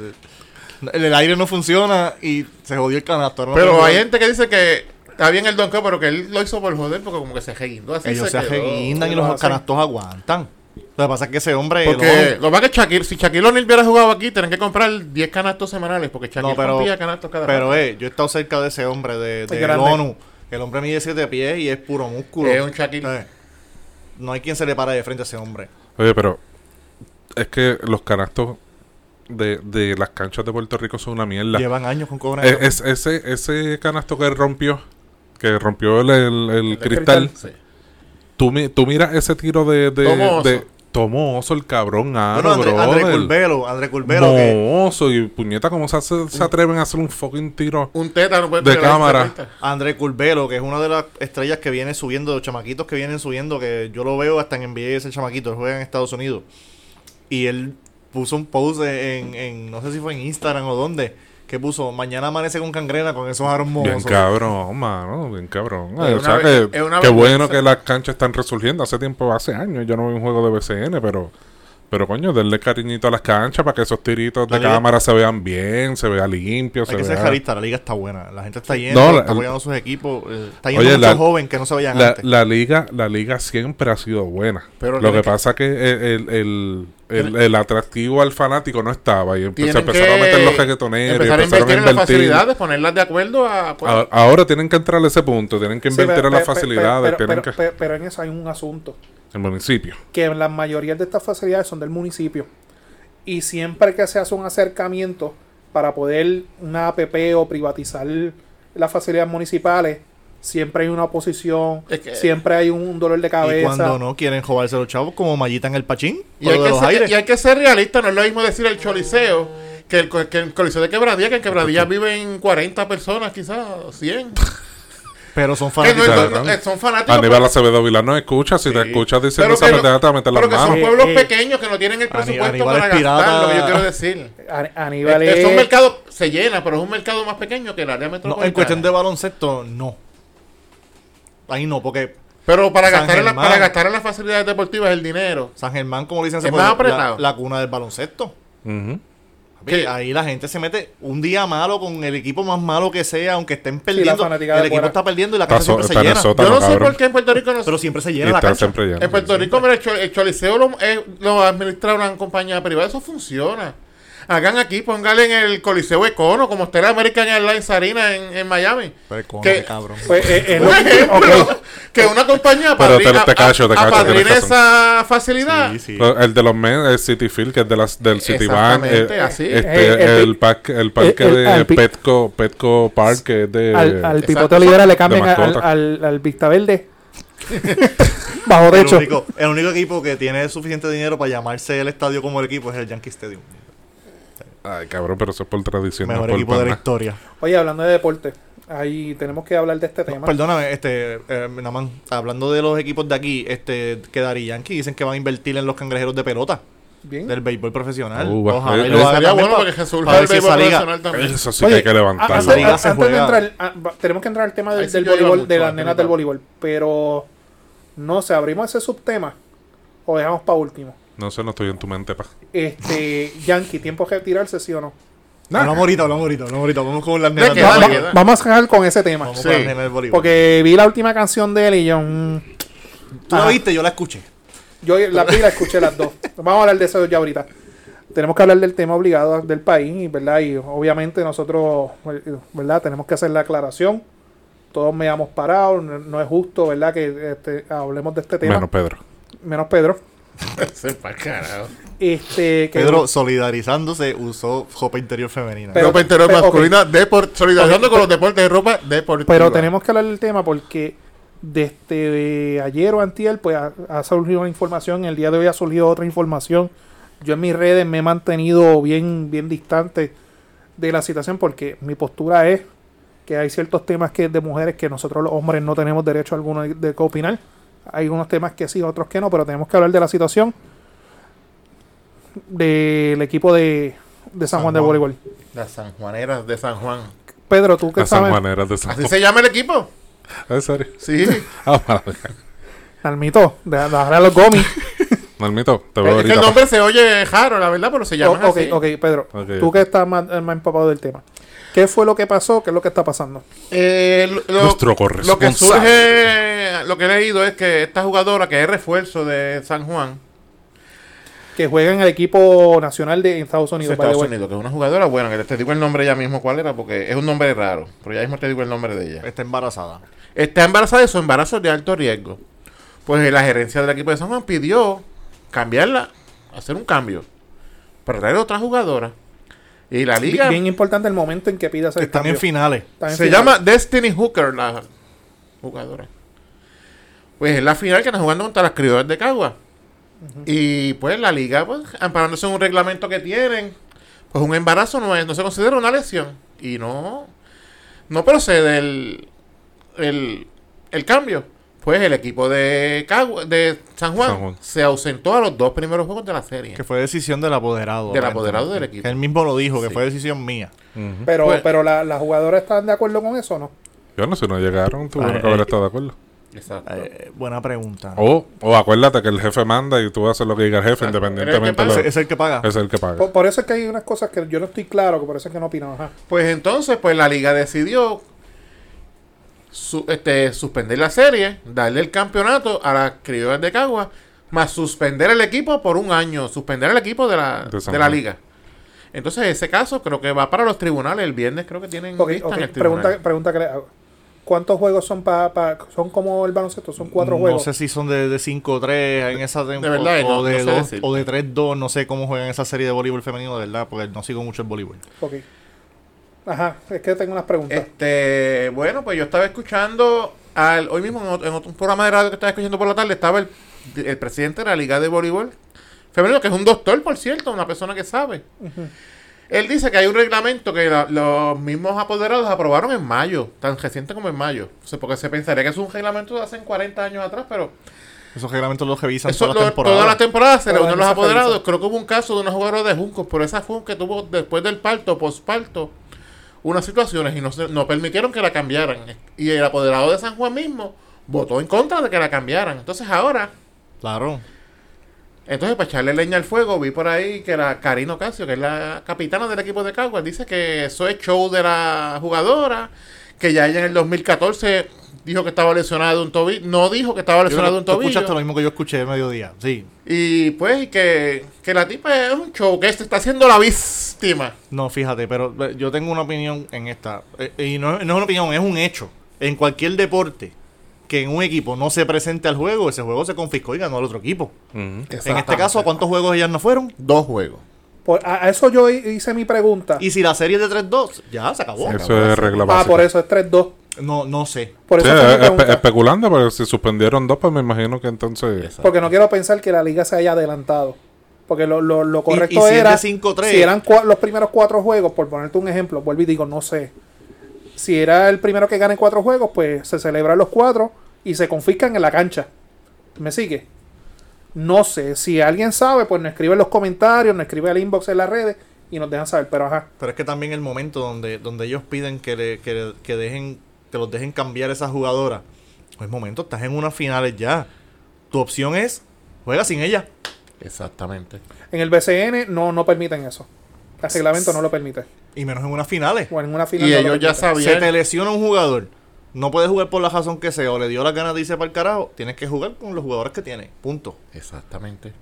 C: el, el aire no funciona y se jodió el canasto. Ahora no
D: Pero
C: tengo-
D: hay gente que dice que está bien el donkeo, pero que él lo hizo por joder porque como que se reguindó. Así
C: Ellos se
D: quedó.
C: ajeguindan y
A: Lo
C: los
A: hacen.
C: canastos aguantan. Lo que pasa es que ese hombre.
D: Porque
C: no-
D: lo más que Shaquille, si Shaquille O'Neal hubiera jugado aquí, tenían que comprar 10 canastos semanales porque Shaquille
C: No, pero,
D: rompía canastos cada
C: pero
D: rato.
C: eh, yo he estado cerca de ese hombre, de, de
A: grande.
C: ONU. El hombre mide 7 pies y es puro músculo.
D: Es un Shaquille.
C: Eh, no hay quien se le para de frente a ese hombre.
B: Oye, pero es que los canastos de, de las canchas de Puerto Rico son una mierda.
C: Llevan años con cobra.
B: Eh, es- ese, ese canasto que rompió, que rompió el, el- el cristal,
D: Sí.
B: tú, mi- tú miras ese tiro de... de,
D: Tomo Oso.
B: de- Tomó oso el cabrón, ah,
C: bueno, André, André
B: brother.
C: Curvelo, André Curvelo, que
B: Mohoso y puñeta, ¿cómo se, hace- se atreven a hacer un fucking tiro?
D: Un teta no puede
B: De
D: pegar
B: cámara.
D: esa pista.
C: André Curvelo, que es una de las estrellas que viene subiendo, de los chamaquitos que vienen subiendo, que yo lo veo hasta en NBA ese chamaquito, él juega en Estados Unidos. Y él puso un post en, en- no sé si fue en Instagram o dónde, que puso, mañana amanece con cangrena con esos aros
B: Bien
C: mohosos.
B: cabrón, mano, bien cabrón. Ay,
D: Es
B: o
D: una
B: sea
D: ve-
B: que,
D: es una
B: qué bueno
D: vergüenza.
B: que las canchas están resurgiendo. Hace tiempo, hace años, yo no veo un juego de BCN, pero, pero coño, denle cariñito a las canchas para que esos tiritos de
C: La liga-
B: cámara se vean bien, se vea limpio, se
C: Hay que ser
B: vea-
C: realista, la liga está buena, la gente está yendo,
B: No, la-
C: está apoyando a sus equipos, eh, está yendo
B: Oye,
C: mucho
B: la-
C: joven que no se vayan
B: La,
C: antes.
B: la liga, la liga siempre ha sido buena.
D: Pero
B: Lo
D: tiene
B: que
D: que-
B: pasa que el, el, el, el- el atractivo al fanático no estaba. Y empe- Pues
D: Tienen
B: se empezaron a
D: que
B: meter los reggaetoneros,
D: Empezar a
B: empezaron
D: invertir
B: a
D: en las
B: invertir.
D: facilidades, ponerlas de acuerdo a... pues,
B: Ahora, ahora tienen que entrar a ese punto, tienen que
A: Sí,
B: invertir
A: pero-
B: en las
A: pero-
B: facilidades,
A: pero- pero-
B: tienen que...
A: pero- pero en eso hay un asunto.
B: El municipio.
A: que la mayoría de estas facilidades son del municipio. Y siempre que se hace un acercamiento para poder una APP o privatizar las facilidades municipales, siempre hay una oposición,
D: Es que-
A: siempre hay un dolor de
C: y cuando
A: cabeza.
C: no quieren joderse los chavos como mallita en el pachín,
D: y, hay
C: de
D: que
C: los
D: ser,
C: aires.
D: y hay que ser realista, no es lo mismo decir el choliseo que el, co- que el coliseo de Quebradilla, que en Quebradilla viven 40 personas quizás, 100.
C: Pero son
D: Que no es-
C: fanáticos.
D: no-
B: Claro.
D: no- eh, son fanáticos.
B: Aníbal Acevedo Vila no escucha, si te
D: Sí.
B: escuchas diciendo esa
D: que no-
B: pendeja te va a meter las
D: pero que son
B: manos.
D: pueblos
A: Eh, eh.
D: pequeños que no tienen el
C: Ani-
D: presupuesto
C: Aníbal
D: para
C: es pirata.
D: gastar, lo que yo quiero decir.
A: A- Aníbal
D: Este,
A: es-
D: es un mercado, se llena, pero es un mercado más pequeño que el área
C: No,
D: metropolitana.
C: en cuestión de baloncesto, no. Ahí no, porque
D: pero para
C: San
D: gastar, en la-
C: Germán.
D: para gastar en las facilidades deportivas el dinero.
C: San Germán, como le dicen,
D: Es más
C: puede- la,
D: apretado.
C: la cuna del baloncesto.
B: Ujú.
C: Papi,
D: ¿Qué?
C: Ahí la gente se mete un día malo con el equipo más malo que sea, aunque estén
A: la
C: perdiendo.
A: fanaticada
C: el equipo
A: fuera.
C: está perdiendo y la
B: Está
C: casa
B: so-
C: siempre se
B: está en
C: llena.
B: el sótano.
D: Yo no sé
B: cabrón.
D: por qué en Puerto Rico no se-
C: Pero siempre se
B: Y
C: llena la
B: están
C: cancha.
B: siempre llenos.
D: En Puerto Rico, mira, el, cho- el Choliseo lo, es- lo administra una compañía privada. Eso funciona. Hagan aquí, póngale en el Coliseo Econo, como está la American Airlines Arena en, en Miami.
C: Pero coño,
D: ¿Qué?
C: qué cabrón.
A: Pues, eh, eh,
D: Por
A: lo-
D: ejemplo,
A: ok.
D: que una compañía
B: Pero te-
D: apadrina-
B: te cacho, te
D: a-
B: cacho,
D: apadrina
B: tienes
D: esa facilidad.
C: Sí, sí.
B: Pero El de los men, el City Field, que es de las, del Citibank.
D: Exactamente,
B: eh,
D: así.
B: este,
A: Eh, el
B: el,
A: pi-
B: parque- el parque
A: el-
B: de
A: al pi-
B: Petco, Petco Park, que es de.
A: al, al
D: Exacto.
A: Pipote Olivera le cambian
B: De
A: al,
B: mascota.
A: al, al Vista Verde. Bajo
C: El
A: techo.
C: único, el único equipo que tiene suficiente dinero para llamarse el estadio como el equipo es el Yankee Stadium.
B: Ay, cabrón, pero eso es por tradición. no
C: Mejor
B: es por
C: equipo de la
B: pana.
C: historia.
A: Oye, hablando de deporte, ahí tenemos que hablar de este tema.
C: Perdóname, este, eh, nada más, hablando de los equipos de aquí, este, que Dari Yankee dicen que van a invertir en los cangrejeros de pelota
A: Bien.
C: del béisbol profesional.
B: Uh,
C: Ojalá y
B: eh,
C: lo
B: eh,
C: hagan
D: pues, Sería
C: también
D: bueno
C: pa-
D: porque Jesús
C: para
D: el
C: ver si
D: béisbol
C: esa liga-
D: profesional también.
B: Eso sí
A: Oye,
B: que hay que
A: a-
B: levantarlo.
A: antes-
C: liga se
A: a- antes de
C: juega.
A: entrar, a- va- tenemos que entrar al tema
D: Ahí
A: del,
D: sí
A: del
D: yo iba
A: voleibol,
D: mucho
A: de las
D: antes,
A: nenas del
D: ¿verdad?
A: voleibol, pero no sé, abrimos ese subtema o dejamos para último.
B: No sé, no estoy en tu mente, pa.
A: Este, Yankee, tiempo que retirarse, sí o no.
C: Hablamos ahorita, hablamos ahorita, hablamos ahorita. Vamos con las
D: Ya
C: nenas
D: que
C: del
D: vale,
C: voleibol.
D: que vale.
A: Vamos a cerrar con ese tema,
C: Vamos
D: Sí.
C: con las nenas del voleibol.
A: porque vi la última canción de él y yo, mm,
C: Tú la
A: Ajá.
C: viste, yo la escuché.
A: yo la vi y la escuché las dos. Vamos a hablar de eso ya ahorita. Tenemos que hablar del tema obligado del país, ¿verdad? Y obviamente nosotros, ¿verdad? Tenemos que hacer la aclaración. Todos me hemos parado, no, no es justo, ¿verdad? Que este, hablemos de este tema.
B: Menos Pedro.
A: menos Pedro.
D: Sepa, carajo.
A: Este, que-
C: Pedro, solidarizándose, usó ropa interior femenina.
A: Pero-
D: ropa interior
A: pero, ok.
D: masculina, depor- solidarizando con los deportes de ropa deportiva.
A: pero tenemos que hablar del tema porque desde ayer o antier, pues ha, ha surgido una información, el día de hoy ha surgido otra información. Yo en mis redes me he mantenido bien, bien distante de la situación porque mi postura es que hay ciertos temas que de mujeres que nosotros los hombres no tenemos derecho alguno de, de opinar. Hay unos temas que sí, otros que no, pero tenemos que hablar de la situación del equipo de, de San,
C: San
A: Juan de
C: Juan.
A: Voleibol.
D: Las sanjuaneras de San Juan.
A: Pedro, tú qué
B: Las San
A: sabes.
B: Juaneras de San
D: ¿Así
B: Juan.
D: se llama el equipo?
B: ¿En serio?
D: Sí.
B: Ah, madre.
A: Almito, deja- dejarle a los gomis.
B: Marmito, te veo
D: es que
B: ahorita.
D: el
B: pa.
D: nombre se oye raro, la verdad, pero se llama
A: O- ok,
D: así.
A: ok, Pedro.
B: Ok,
A: tú
B: ok.
A: que estás más, más empapado del tema. ¿Qué fue lo que pasó? ¿Qué es lo que está pasando?
D: Eh, lo- lo,
B: Nuestro
D: lo que
B: corresponsal.
D: surge, lo que he leído es que esta jugadora que es refuerzo de San Juan,
A: Que juega en el equipo nacional de en Estados
D: de
A: Unidos. by the
D: Estados
A: way.
D: Unidos, que es una jugadora buena, que te digo el nombre ya mismo cuál era, porque es un nombre raro, pero ya mismo te digo el nombre de ella.
C: Está embarazada.
D: Está embarazada de su embarazo de alto riesgo. Pues eh, la gerencia del equipo de San Juan pidió cambiarla, hacer un cambio, para traer otra jugadora. Y la
A: Bi-
D: liga
A: Bien importante el momento en que pidas el
C: Están en
A: cambio.
C: finales.
A: Está en
D: Se
A: final.
D: llama Destiny Hooker, la jugadora. Pues es la final que están jugando contra las criadoras de Cagua. Y pues la liga, pues, amparándose en un reglamento que tienen, pues un embarazo no es, no se considera una lesión. Y no, no procede el, el, el cambio. Pues el equipo de Cagua, de San Juan,
B: San Juan.
D: se ausentó a los dos primeros juegos de la serie.
C: Que fue decisión del apoderado.
D: Del
C: aparentemente.
D: apoderado del equipo.
C: Que él mismo lo dijo, que
D: Sí.
C: fue decisión mía.
B: Ujú.
A: Pero,
D: Pues-
A: pero la- las jugadoras están de acuerdo con eso, o ¿no?
B: Yo no sé, no llegaron. Tuvieron
C: Ay,
B: que
A: eh,
B: haber
C: ay.
B: estado de acuerdo.
D: Exacto.
C: Eh, buena pregunta.
D: Oh,
B: O, o acuérdate que el jefe manda y tú haces lo que diga el jefe,
D: Exacto.
B: independientemente.
D: Pero
C: Ese-
D: el que
B: de
C: es, el que paga.
B: Es el que paga.
A: Por, por eso es que hay unas cosas que yo no estoy claro, que por eso es que no opino. Ajá.
D: Pues entonces, pues la liga decidió su- este, suspender la serie, darle el campeonato a las criollas de Cagua, más suspender el equipo por un año, suspender el equipo de la,
B: De San
D: de la
B: Juan.
D: liga. Entonces, ese caso creo que va para los tribunales. El viernes creo que
C: Mm,
D: tienen
A: Ok,
D: vista
A: ok,
D: en el tribunal.
A: Pregunta, pregunta que le hago. ¿Cuántos juegos son para... son como el baloncesto? ¿Son cuatro
C: no
A: juegos?
C: sé si son de, de 5 o 3 en esa temporada.
D: verdad,
C: o,
D: no-
C: de
D: no sé
C: dos-
D: decir.
C: o de 3-2. No sé cómo juegan esa serie de voleibol femenino, de verdad, porque no sigo mucho el voleibol.
A: Ok. Ajá, es que tengo unas preguntas.
C: Eh,
D: Este, bueno, pues yo estaba escuchando al, hoy mismo en otro, en otro programa de radio que estaba escuchando por la tarde, estaba el, el presidente de la Liga de Voleibol Femenino, que es un doctor, por cierto, una persona que sabe. Él dice que hay un reglamento que la- los mismos apoderados aprobaron en mayo, tan reciente como en mayo. O sea, porque se pensaría que es un reglamento de hace 40 años atrás, pero
C: Esos reglamentos los revisan
D: eso,
C: todas
D: lo-
C: las temporadas.
D: toda la temporada se
A: Todas las
D: reúnen los
A: mesas
D: apoderados.
A: revisan.
D: Creo que hubo un caso de una jugadora de Juncos, pero esa fue un que tuvo después del parto, posparto, unas situaciones y no, se- no permitieron que la cambiaran. Y el apoderado de San Juan mismo votó en contra de que la cambiaran. Entonces ahora
C: Claro.
D: Entonces, para echarle leña al fuego, vi por ahí que la Karina Ocasio, que es la capitana del equipo de Caguas, dice que eso es show de la jugadora, que ya ella en el 2014 dijo que estaba lesionada de un tobillo, no dijo que estaba lesionada de un
C: Tú
D: tobillo.
C: escuchaste lo mismo que yo escuché de mediodía. Sí.
D: Y pues, y que, que la tipa es un show, que se está haciendo la víctima.
C: No, fíjate, pero eh, yo tengo una opinión en esta. eh, Y no, no es una opinión, es un hecho. En cualquier deporte que en un equipo no se presente al juego, ese juego se confiscó y ganó al otro equipo.
B: Ujú.
C: En este caso, ¿a cuántos juegos ellas no fueron?
D: Dos juegos.
A: Por- a, a eso yo hi- hice mi pregunta.
C: Y si la serie es de 3-2, ya se acabó.
B: Eso es regla
A: ah,
B: básica.
A: por eso es 3-2.
C: No, no sé.
A: Por eso
B: Sí,
A: hice mi
B: espe-
A: pregunta.
B: especulando, pero si suspendieron dos, pues me imagino que entonces.
A: Porque no quiero pensar que la liga se haya adelantado. Porque lo, lo, lo correcto
C: y si es de
A: era.
C: 5-3.
A: si eran cua- los primeros cuatro juegos, por ponerte un ejemplo, vuelvo y digo, no sé. Si era el primero que gane cuatro juegos, pues se celebran los cuatro y se confiscan en la cancha. ¿Me sigue? No sé. Si alguien sabe, pues nos escribe en los comentarios, nos escribe al inbox en las redes y nos dejan saber. Pero ajá.
C: Pero es que también el momento donde, donde ellos piden que, le- que, le- que dejen, que los dejen cambiar esas jugadoras. Pues momento, estás en unas finales ya. Tu opción es, juega sin ella.
D: Exactamente.
A: En el BCN no, no permiten eso. El reglamento no lo permite.
C: Y menos en unas finales.
A: O en una final.
D: Y
A: no lo
D: ellos ya
A: permite.
C: Se te
D: sabían.
C: lesiona un jugador. No puedes jugar por la razón que sea. O le dio las ganas de irse para el carajo. Tienes que jugar con los jugadores que tienes. Punto.
D: Exactamente.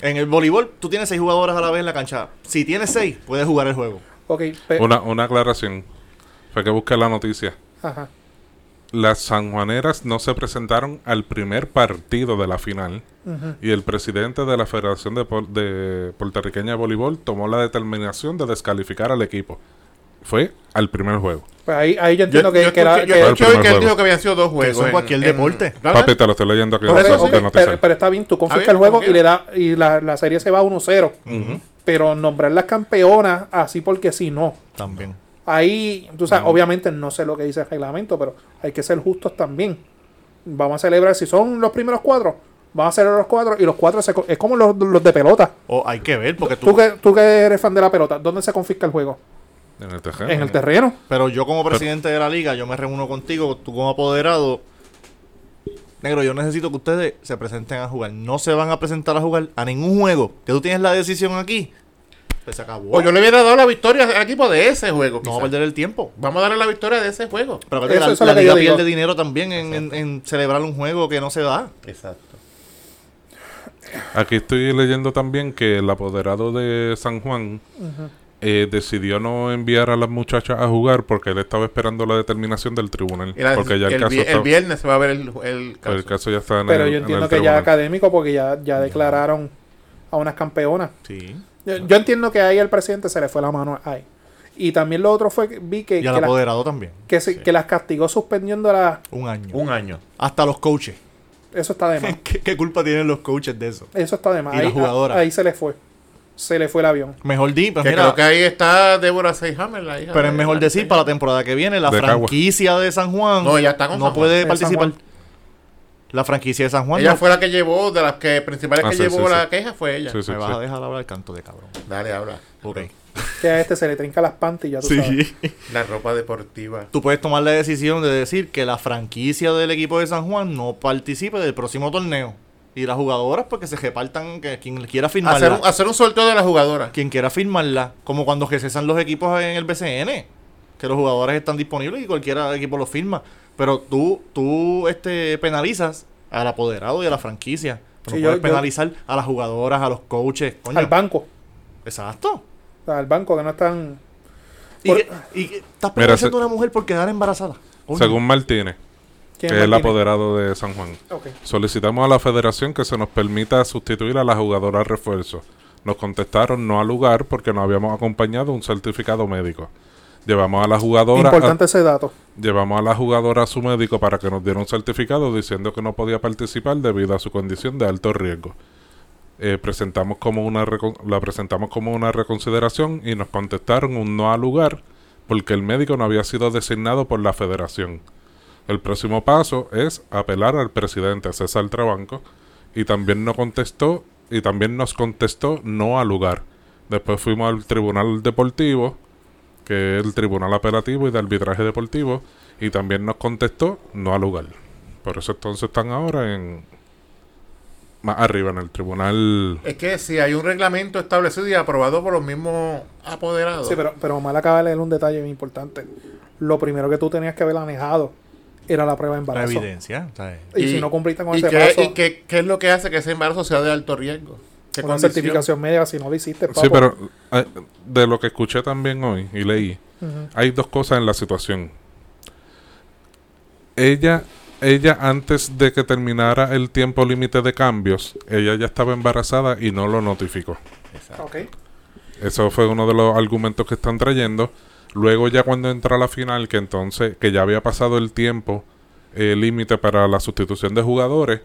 C: En el voleibol, tú tienes seis jugadores a la vez en la cancha. Si tienes seis, puedes jugar el juego.
A: Ok, pe-
B: Una, una aclaración. Fue que busqué la noticia.
A: ajá.
B: Las sanjuaneras no se presentaron al primer partido de la final.
A: Ujú.
B: Y el presidente de la Federación de, Pol- de Puertorriqueña de Voleibol tomó la determinación de descalificar al equipo. Fue al primer juego.
A: Pues ahí, ahí yo
D: Yo,
A: entiendo que,
D: yo
A: que era.
D: escuché, yo
A: que-
B: Fue el
D: escuché hoy
B: primer
D: que él
B: juego.
D: dijo que habían sido dos juegos. ¿eh?
C: eso en cualquier deporte.
D: Claro,
B: Papi, te lo estoy leyendo aquí.
A: Ah. Por
B: no
A: eso,
B: sé si
A: ok,
B: te noticias.
A: pero, pero está bien, tú confiscas
D: bien,
A: el juego
D: como
A: y le da y la, la serie se va 1-0. Pero nombrar las campeonas así porque si no.
C: También.
A: Ahí, tú sabes, obviamente no sé lo que dice el reglamento, pero hay que ser justos también. Vamos a celebrar, si son los primeros cuatro, vamos a celebrar los cuatro y los cuatro se co- es como los, los de pelota.
C: O hay que ver, porque tú.
A: Tú que, tú que eres fan de la pelota, ¿dónde se confisca el juego?
B: En el tejeno.
A: En el terreno.
C: Pero yo como presidente de la liga, yo me reúno contigo, tú como apoderado. Negro, yo necesito que ustedes se presenten a jugar. No se van a presentar a jugar a ningún juego. Que tú tienes la decisión aquí. Pues se acabó.
D: O yo le hubiera dado la victoria al equipo de ese juego.
C: No va a
D: quizás.
C: perder el tiempo.
D: Vamos a darle la victoria de ese juego.
C: Pero
A: Eso-
C: la,
A: eso es
C: la
A: lo que
C: liga
A: yo digo.
C: pierde dinero también en, en- en celebrar un juego que no se da.
D: Exacto.
B: Aquí estoy leyendo también que el apoderado de San Juan eh, decidió no enviar a las muchachas a jugar porque él estaba esperando la determinación del tribunal.
D: Y la-
B: porque ya el,
D: el,
B: caso,
D: vi-
B: está-
D: el viernes se va a ver el, el caso.
B: el caso ya está en
A: Pero
B: el,
A: yo
B: en
A: entiendo
B: el
A: que ya
B: tribunal.
A: académico porque ya, ya declararon a unas campeonas.
C: Sí.
A: Yo, yo entiendo que ahí al presidente se le fue la mano ahí. Y también lo otro fue que vi que,
C: Y
A: que,
C: al
A: las-
C: apoderado también.
A: que se- que las castigó suspendiendo las...
C: Un año.
D: Un año.
C: Hasta los coaches.
A: Eso está de más.
C: ¿Qué, qué culpa tienen los coaches de eso?
A: Eso está de más.
C: Y la
A: Ahí,
C: jugadora.
A: ahí se le fue. Se le fue el avión.
C: Mejor di, pues
D: Que
C: mira,
D: creo que ahí está Débora Seihammer, la hija.
C: pero es
D: de-
C: mejor decir para la temporada que viene, la
B: De Cagua.
C: franquicia de San Juan
D: No, ella está con
C: no
D: San Juan.
C: puede
A: De San
C: participar.
A: Juan.
C: La franquicia de San Juan
D: Ella
C: no-
D: fue la que llevó, de las que principales
B: Ah,
D: que
B: sí,
D: llevó
B: sí,
D: la
B: sí.
D: queja fue ella.
B: Sí, sí,
C: Me vas
B: sí.
C: a dejar hablar canto de cabrón.
D: Dale, habla.
C: Ok.
A: Que a este se le trinca las panties, ya tú sabes.
D: La ropa deportiva.
C: Tú puedes tomar la decisión de decir que la franquicia del equipo de San Juan no participe del próximo torneo. Y las jugadoras, porque se repartan, que quien quiera firmarla.
D: Hacer un, hacer un sorteo de la jugadora.
C: quien quiera firmarla, como cuando que cesan los equipos en el BCN, que los jugadores están disponibles y cualquier equipo los firma. Pero tú, tú este, penalizas al apoderado y a la franquicia. Pero
A: Sí,
C: no
A: yo-
C: puedes
A: yo-
C: penalizar a las jugadoras, a los coaches. Coño,
A: Al banco.
C: exacto.
A: Al banco que no están.
C: Y,
A: Por-
C: que- y que estás penalizando
B: se-
C: a una mujer por quedar embarazada. Coño.
B: Según Martínez, que
A: ¿Quién
B: es el
A: más tiene?
B: apoderado de San Juan,
A: Ok.
B: solicitamos a la federación que se nos permita sustituir a la jugadora al refuerzo. Nos contestaron no al lugar porque no habíamos acompañado un certificado médico. Llevamos a la jugadora a-
A: Importante ese dato.
B: Llevamos a la jugadora a su médico para que nos diera un certificado diciendo que no podía participar debido a su condición de alto riesgo. Eh, presentamos como una recon- la presentamos como una reconsideración y nos contestaron un no al lugar porque el médico no había sido designado por la federación. El próximo paso es apelar al presidente César Trabanco y también no contestó y también nos contestó no al lugar. Después fuimos al tribunal deportivo que es el Tribunal Apelativo y de Arbitraje Deportivo, y también nos contestó no al lugar. Por eso entonces están ahora en, más arriba, en el tribunal.
D: Es que si hay un reglamento establecido y aprobado por los mismos apoderados.
A: Sí, pero, pero mal acaba de leer un detalle bien importante. Lo primero que tú tenías que haber manejado era la prueba de
C: La
A: embarazo.
C: evidencia. ¿sabes?
A: Y, si no cumpliste con
D: y
A: ese
D: qué-
A: paso,
D: ¿Y qué, qué es lo que hace que ese embarazo sea de alto riesgo? ¿Qué
A: una
D: condición?
A: certificación médica, si no lo hiciste,
B: Sí,
A: papo.
B: pero eh, de lo que escuché también hoy y leí,
A: Ujú.
B: hay dos cosas en la situación. Ella, ella antes de que terminara el tiempo límite de cambios, ella ya estaba embarazada y no lo notificó.
A: Ok.
B: Eso fue uno de los argumentos que están trayendo. Luego ya cuando entra la final, que entonces, que ya había pasado el tiempo eh, límite para la sustitución de jugadores,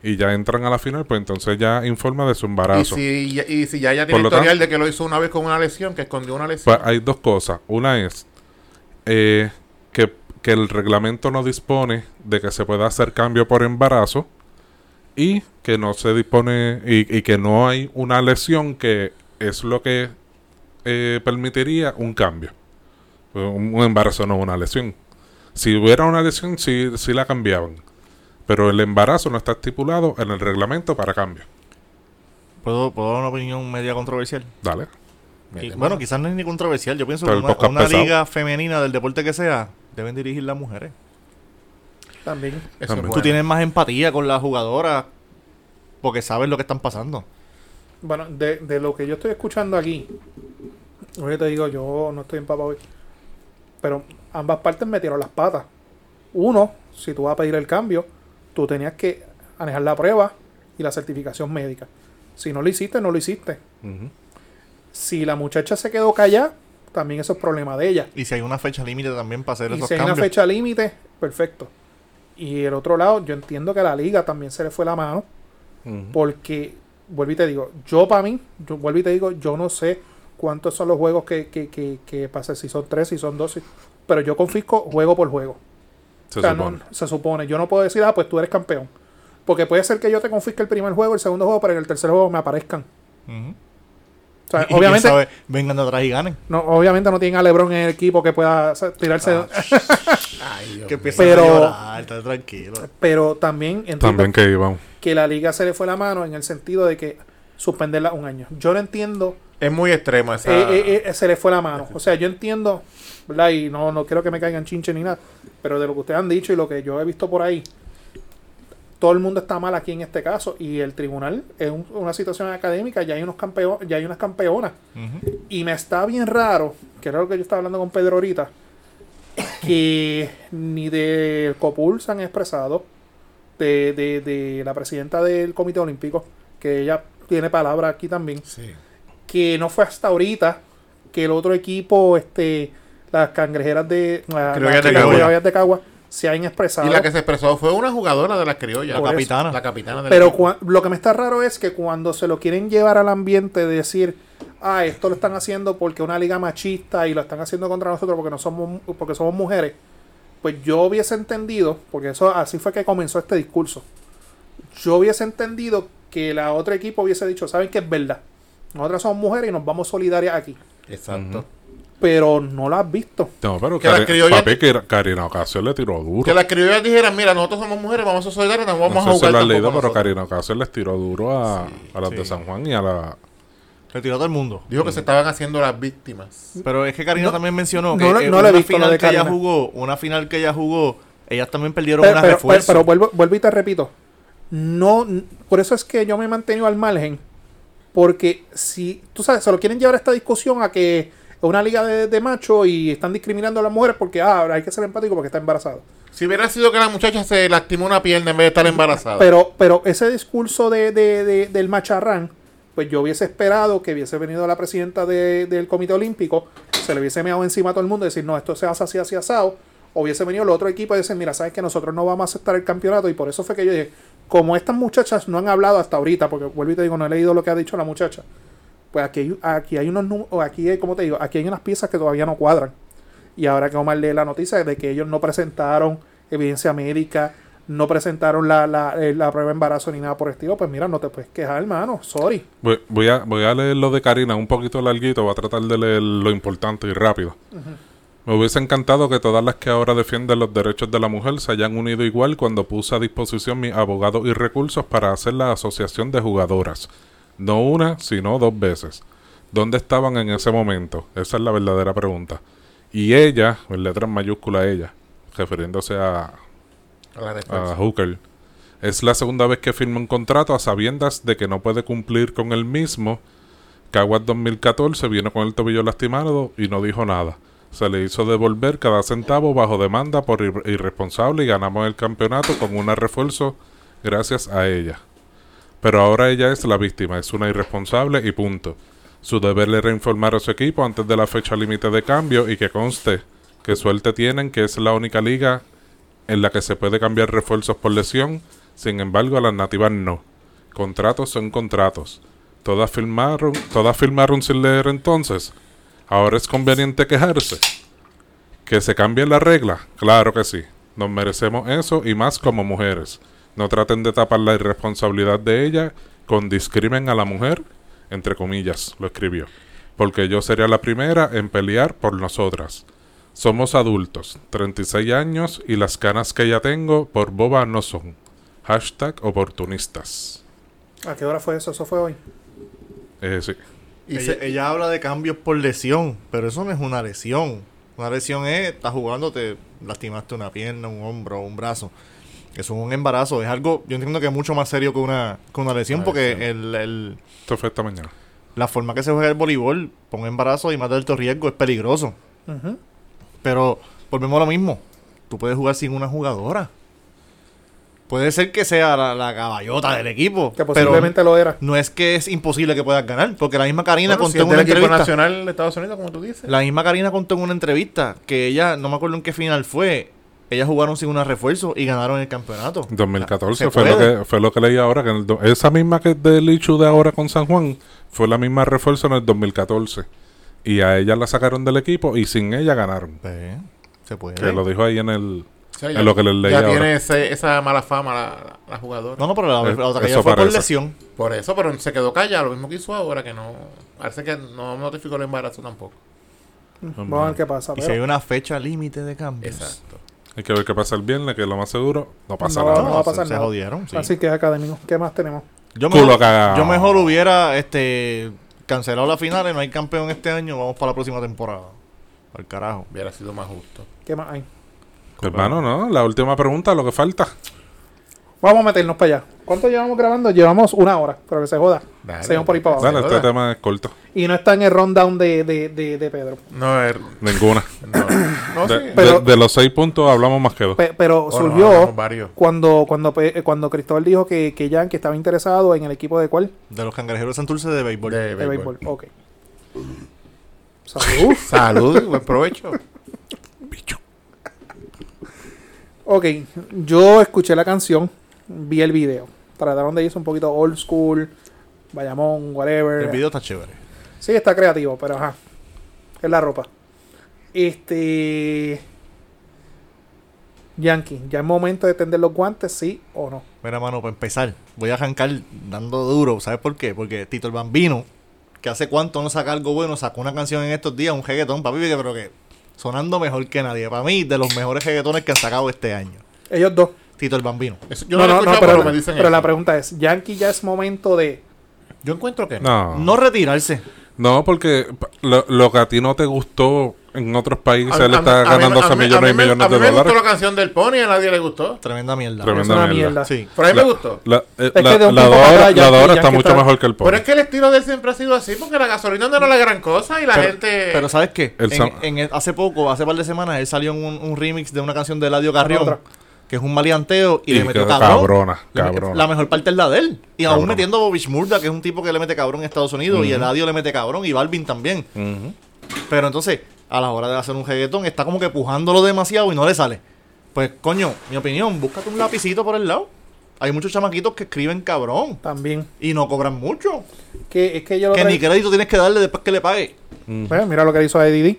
B: y ya entran a la final, pues entonces ya informa de su
D: Y
B: embarazo.
D: si, ya- y si ya, ya
B: Por
D: tiene
B: lo
D: historial de que lo hizo una vez con una lesión, que escondió una lesión.
B: Pues hay dos cosas. Una es eh, que, que el reglamento no dispone de que se pueda hacer cambio por embarazo y que no se dispone y, y que no hay una lesión que es lo que eh, permitiría un cambio. Pues, Un, un embarazo no es una lesión. Si hubiera una lesión, sí, sí la cambiaban. Pero el embarazo no está estipulado en el reglamento para cambio.
C: ¿Puedo, ¿Puedo dar una opinión media controversial?
B: Dale.
C: Qui- bueno, quizás no es ni controversial. Yo pienso que
B: Pero el
C: una,
B: podcast
C: una
B: pesado.
C: liga femenina del deporte que sea deben dirigir las mujeres.
A: También.
D: Eso
B: Tú
D: es bueno.
C: Tú tienes más empatía con las jugadoras porque sabes lo que están pasando.
A: Bueno, de, de lo que yo estoy escuchando aquí, oye, te digo, yo no estoy empapado hoy, pero ambas partes metieron las patas. Uno, si tú vas a pedir el cambio, tú tenías que manejar la prueba y la certificación médica. Si no lo hiciste, no lo hiciste. Si la muchacha se quedó callada, también eso es problema de ella.
C: Y si hay una fecha límite también para hacer
A: Y
C: esos
A: si hay una
C: cambios.
A: fecha límite, perfecto. Y el otro lado, yo entiendo que a la liga también se le fue la mano. Porque, vuelvo y te digo, yo para mí, yo vuelvo y te digo, yo no sé cuántos son los juegos que, que, que, que pasan, si son tres, si son dos, si- pero yo confisco juego por juego.
B: Se
A: O sea, no-
B: supone.
A: se supone. Yo no puedo decir, ah, pues tú eres campeón. Porque puede ser que yo te confisque el primer juego, el segundo juego, pero en el tercer juego me aparezcan.
C: Ujú.
A: O sea,
C: Y- y quién
A: Pues, obviamente,
C: sabe, vengan de atrás y ganen.
A: no, obviamente no tienen a Lebron en el equipo que pueda o sea, tirarse.
B: Ah.
D: Ay, Dios
C: Que
D: mío.
C: empiecen
A: Pero-
C: a llorar, está tranquilo.
A: Pero también entiendo
B: También que iban.
A: que la liga se le fue la mano en el sentido de que suspenderla un año. Yo no entiendo
D: es muy extremo esa.
A: Eh, eh, eh, se le fue la mano. O sea, yo entiendo, ¿verdad? Y no, no quiero que me caigan chinche ni nada, pero de lo que ustedes han dicho y lo que yo he visto por ahí, todo el mundo está mal aquí en este caso y el tribunal es un- una situación académica, ya hay unos campeones, ya hay unas campeonas
C: Ujú.
A: y me está bien raro, que era lo que yo estaba hablando con Pedro ahorita, que ni del Copul se han expresado, de, de, de la presidenta del Comité Olímpico, que ella tiene palabra aquí también
D: Sí.
A: que no fue hasta ahorita que el otro equipo, este, las cangrejeras de la-
D: Creo
A: las
D: que de
A: criollas
D: Cagua.
A: de Cagua se han expresado.
D: Y la que se expresó fue una jugadora de las criollas.
A: Por
D: La
A: eso.
D: capitana. La capitana del
A: Pero
D: equipo.
A: cua- lo que me está raro es que cuando se lo quieren llevar al ambiente de decir, ah, esto lo están haciendo porque una liga machista y lo están haciendo contra nosotros porque no somos porque somos mujeres, pues yo hubiese entendido, porque eso así fue que comenzó este discurso. Yo hubiese entendido que la otra equipo hubiese dicho, saben que es verdad. Nosotras somos mujeres y nos vamos solidarias aquí.
D: Exacto.
A: Pero no la has visto.
B: No, pero
D: Que las
B: Cari-
D: criollas-
B: papi, que Karina Ocasio le tiró duro.
D: Que las criollas dijeran, mira, nosotros somos mujeres, vamos a solidarios, no vamos
B: no sé
D: a
B: si
D: jugar
B: lo has
D: tampoco
B: leído, pero
D: nosotros".
B: Karina Ocasio les tiró duro a, a las de
C: sí.
B: San Juan y a la...
C: Retiró a todo el mundo.
D: Dijo que se estaban haciendo las víctimas.
C: Pero es que Karina también mencionó que
A: no lo-
C: eh,
A: no lo he
C: una
A: visto, lo
C: final
A: de
C: que ella
A: Karina.
C: jugó, una final que ella jugó, ellas también perdieron
A: Pero,
C: una
A: pero-
C: refuerzo.
A: pero- pero vuelvo, vuelvo y te repito. No, n- por eso es que yo me he mantenido al margen. Porque si, tú sabes, se lo quieren llevar esta discusión a que es una liga de, de macho y están discriminando a las mujeres porque ah, hay que ser empático porque está embarazada.
D: Si hubiera sido que la muchacha se lastimó una pierna en vez de estar embarazada.
A: Pero, pero ese discurso de, de- de- del macharrán, pues yo hubiese esperado que hubiese venido la presidenta de- del Comité Olímpico, se le hubiese meado encima a todo el mundo y decir, no, esto se hace así, así, asado. O hubiese venido el otro equipo y decir, mira, sabes que nosotros no vamos a aceptar el campeonato. Y por eso fue que yo dije, como estas muchachas no han hablado hasta ahorita, porque vuelvo y te digo, no he leído lo que ha dicho la muchacha, pues aquí, hay- aquí hay unos, nu- o aquí hay, como te digo, aquí hay unas piezas que todavía no cuadran. Y ahora que Omar lee la noticia de que ellos no presentaron evidencia médica, no presentaron la, la, eh, la prueba de embarazo ni nada por el estilo, pues mira, no te puedes quejar, hermano. Sorry.
B: Voy, voy a, voy a leer lo de Karina un poquito larguito, voy a tratar de leer lo importante y rápido. Me hubiese encantado que todas las que ahora defienden los derechos de la mujer se hayan unido igual cuando puse a disposición mis abogados y recursos para hacer la asociación de jugadoras. No una, sino dos veces. ¿Dónde estaban en ese momento? Esa es la verdadera pregunta. Y ella, en letras mayúsculas ella, refiriéndose a,
D: A la defensa.
B: a Hooker. Es la segunda vez que firma un contrato a sabiendas de que no puede cumplir con el mismo. Caguas 2014 vino con el tobillo lastimado y no dijo nada. Se le hizo devolver cada centavo bajo demanda por ir- irresponsable y ganamos el campeonato con un refuerzo gracias a ella. Pero ahora ella es la víctima, es una irresponsable y punto. Su deber era informar a su equipo antes de la fecha límite de cambio y que conste que suerte tienen que es la única liga en la que se puede cambiar refuerzos por lesión, sin embargo a las nativas no. Contratos son contratos. Todas firmaron, todas firmaron sin leer entonces. Ahora es conveniente quejarse. Que se cambien las reglas, claro que sí. Nos merecemos eso y más como mujeres. No traten de tapar la irresponsabilidad de ella con discrimen a la mujer, entre comillas, lo escribió. Porque yo sería la primera en pelear por nosotras. Somos adultos, 36 años y las canas que ya tengo por boba no son. Hashtag oportunistas.
A: ¿A qué hora fue eso? Eso fue hoy.
B: Eh, sí.
D: Y
C: ella,
D: se-
C: ella habla de cambios por lesión, pero eso no es una lesión. Una lesión es, estás jugando, te lastimaste una pierna, un hombro, un brazo. Eso es un embarazo. Es algo, yo entiendo que es mucho más serio que una, que una lesión,
D: Una
C: porque
D: lesión.
C: el- el,
B: Esto fue esta mañana.
C: la forma que se juega el voleibol, pon embarazo y más de alto riesgo, es peligroso.
A: Ujú.
C: Pero volvemos a lo mismo. Tú puedes jugar sin una jugadora. Puede ser que sea la, la caballota del equipo.
A: Que
C: pero
A: posiblemente lo era.
C: no es que es imposible que puedas ganar. Porque la misma Karina
D: Bueno,
C: contó
D: si es
C: en una
D: del equipo
C: entrevista.
D: nacional de Estados Unidos, como tú dices.
C: La misma Karina contó en una entrevista que ella, no me acuerdo en qué final fue. Ellas jugaron sin un refuerzo y ganaron el campeonato.
B: 2014
C: Se
B: fue lo,
C: puede.
B: que, fue lo que leí ahora. Que en el do- esa misma que del Ichu de ahora con San Juan fue la misma refuerzo en el 2014. Y a ella la sacaron del equipo y sin ella ganaron.
C: Pues, se puede.
B: Que lo dijo ahí en el...
D: O sea,
B: es lo que les leí
D: ya
B: ahora.
D: tiene ese- esa mala fama la, la- la jugadora.
C: No, no, pero la, la otra que
B: Eh, Eso
C: ella fue por
B: parece.
C: lesión.
D: Por eso, pero se quedó callada, lo mismo que hizo ahora, que no. Parece que no notificó el embarazo tampoco.
A: Vamos a ver qué pasa.
C: Y
A: pero
C: si hay una fecha límite de cambios.
D: Exacto.
B: Hay que ver qué pasa el viernes, que lo más seguro no pasa
A: No,
B: nada.
A: no va a pasar
C: se, se
A: nada.
C: jodieron. sí.
A: Así que académico. ¿Qué más tenemos?
C: Yo
B: Culo
C: mejor,
B: cagao.
C: yo mejor hubiera este cancelado la final, no hay campeón este año, vamos para la próxima temporada. Al carajo.
D: Hubiera sido más justo.
A: ¿Qué más hay?
B: Hermano, no. La última pregunta, lo que falta.
A: Vamos a meternos para allá. ¿Cuánto llevamos grabando? Llevamos una hora, pero que se joda.
D: Dale,
A: Seguimos por ahí para abajo.
B: Dale, este
D: joda.
B: tema es corto.
A: Y no está en el rundown de, de, de, de Pedro.
D: No, Oh, er-
B: Ninguna.
D: no, no,
B: De,
D: Ah, sí.
B: de-
A: Pero-
B: de los seis puntos hablamos más que dos.
A: Pe- pero
D: Bueno,
A: surgió
D: hablamos varios.
A: cuando cuando pe- cuando Cristóbal dijo que, que Yankee estaba interesado en el equipo de cuál?
C: De los cangrejeros de Santurce de béisbol.
D: De
A: De
D: béisbol.
A: béisbol. Ok. Salud.
D: Salud, buen provecho.
A: Ok, yo escuché la canción, vi el video. Trataron de irse un poquito old school, Bayamón, whatever.
C: el video está chévere.
A: Sí, está creativo, pero ajá. Es la ropa. Este. Yankee, ya es momento de tender los guantes, sí o no.
C: Mira, mano, para empezar, voy a arrancar dando duro. ¿Sabes por qué? Porque Tito el Bambino, que hace cuánto no saca algo bueno, sacó una canción en estos días, un reggaetón, papi, que- pero que sonando mejor que nadie. Para mí, de los mejores reggaetones que han sacado este año.
A: Ellos dos.
C: Tito el Bambino.
D: Eso- yo no, lo he escuchado, pero,
A: pero,
D: me dicen
A: pero
D: eso.
A: la pregunta es: ¿Yankee ya es momento de.?
D: Yo encuentro que.
B: No.
C: No retirarse.
B: No, porque pa- lo, lo que a ti no te gustó en otros países,
D: A-
B: él
D: a-
B: está
D: a mí-
B: ganando
D: a mí-
B: 6 millones
D: a
B: y
D: mí me-
B: millones de
D: A mí me gustó
B: dólares.
D: la canción del Pony, a nadie le gustó.
C: Tremenda mierda.
B: Tremenda
A: Es una
B: mierda.
A: mierda.
C: Sí.
D: Pero a mí me
B: La-
D: gustó.
B: La, eh,
A: que
B: la-
A: de un
B: la
A: tiempo
B: de
A: para
B: ahora,
A: acá ya-
B: la de ahora
A: ya
B: está
A: que
B: mucho
A: está-
B: mejor que el pop.
D: Pero es que el estilo de él siempre ha sido así, porque la gasolina no era la gran cosa y la
C: Pero-
D: gente.
C: Pero ¿sabes qué?
B: El
C: En-
B: sam-
C: en el- hace poco, hace par de semanas, él salió en un, un remix de una canción de Eladio Carrión,
A: Otra.
C: que es un maleanteo, y,
B: Y
C: le metió
B: que-
C: cabrón.
B: cabrona,
C: Le-
B: cabrona.
C: La mejor parte es la de él. Y aún
B: Cabrona.
C: metiendo a Bobich Murda, que es un tipo que le mete cabrón en Estados Unidos, y Eladio le mete cabrón, y Balvin también.
B: Ujú.
C: Pero entonces, a la hora de hacer un reggaetón, está como que pujándolo demasiado y no le sale. Pues, coño, mi opinión, búscate un lapicito por el lado. Hay muchos chamaquitos que escriben cabrón
A: También.
C: y no cobran mucho.
A: Que, es que yo lo
C: Que
A: tra-
C: ni crédito tienes que darle después que le pague.
A: Ve, Pues, Mira lo que le hizo a Eddie D.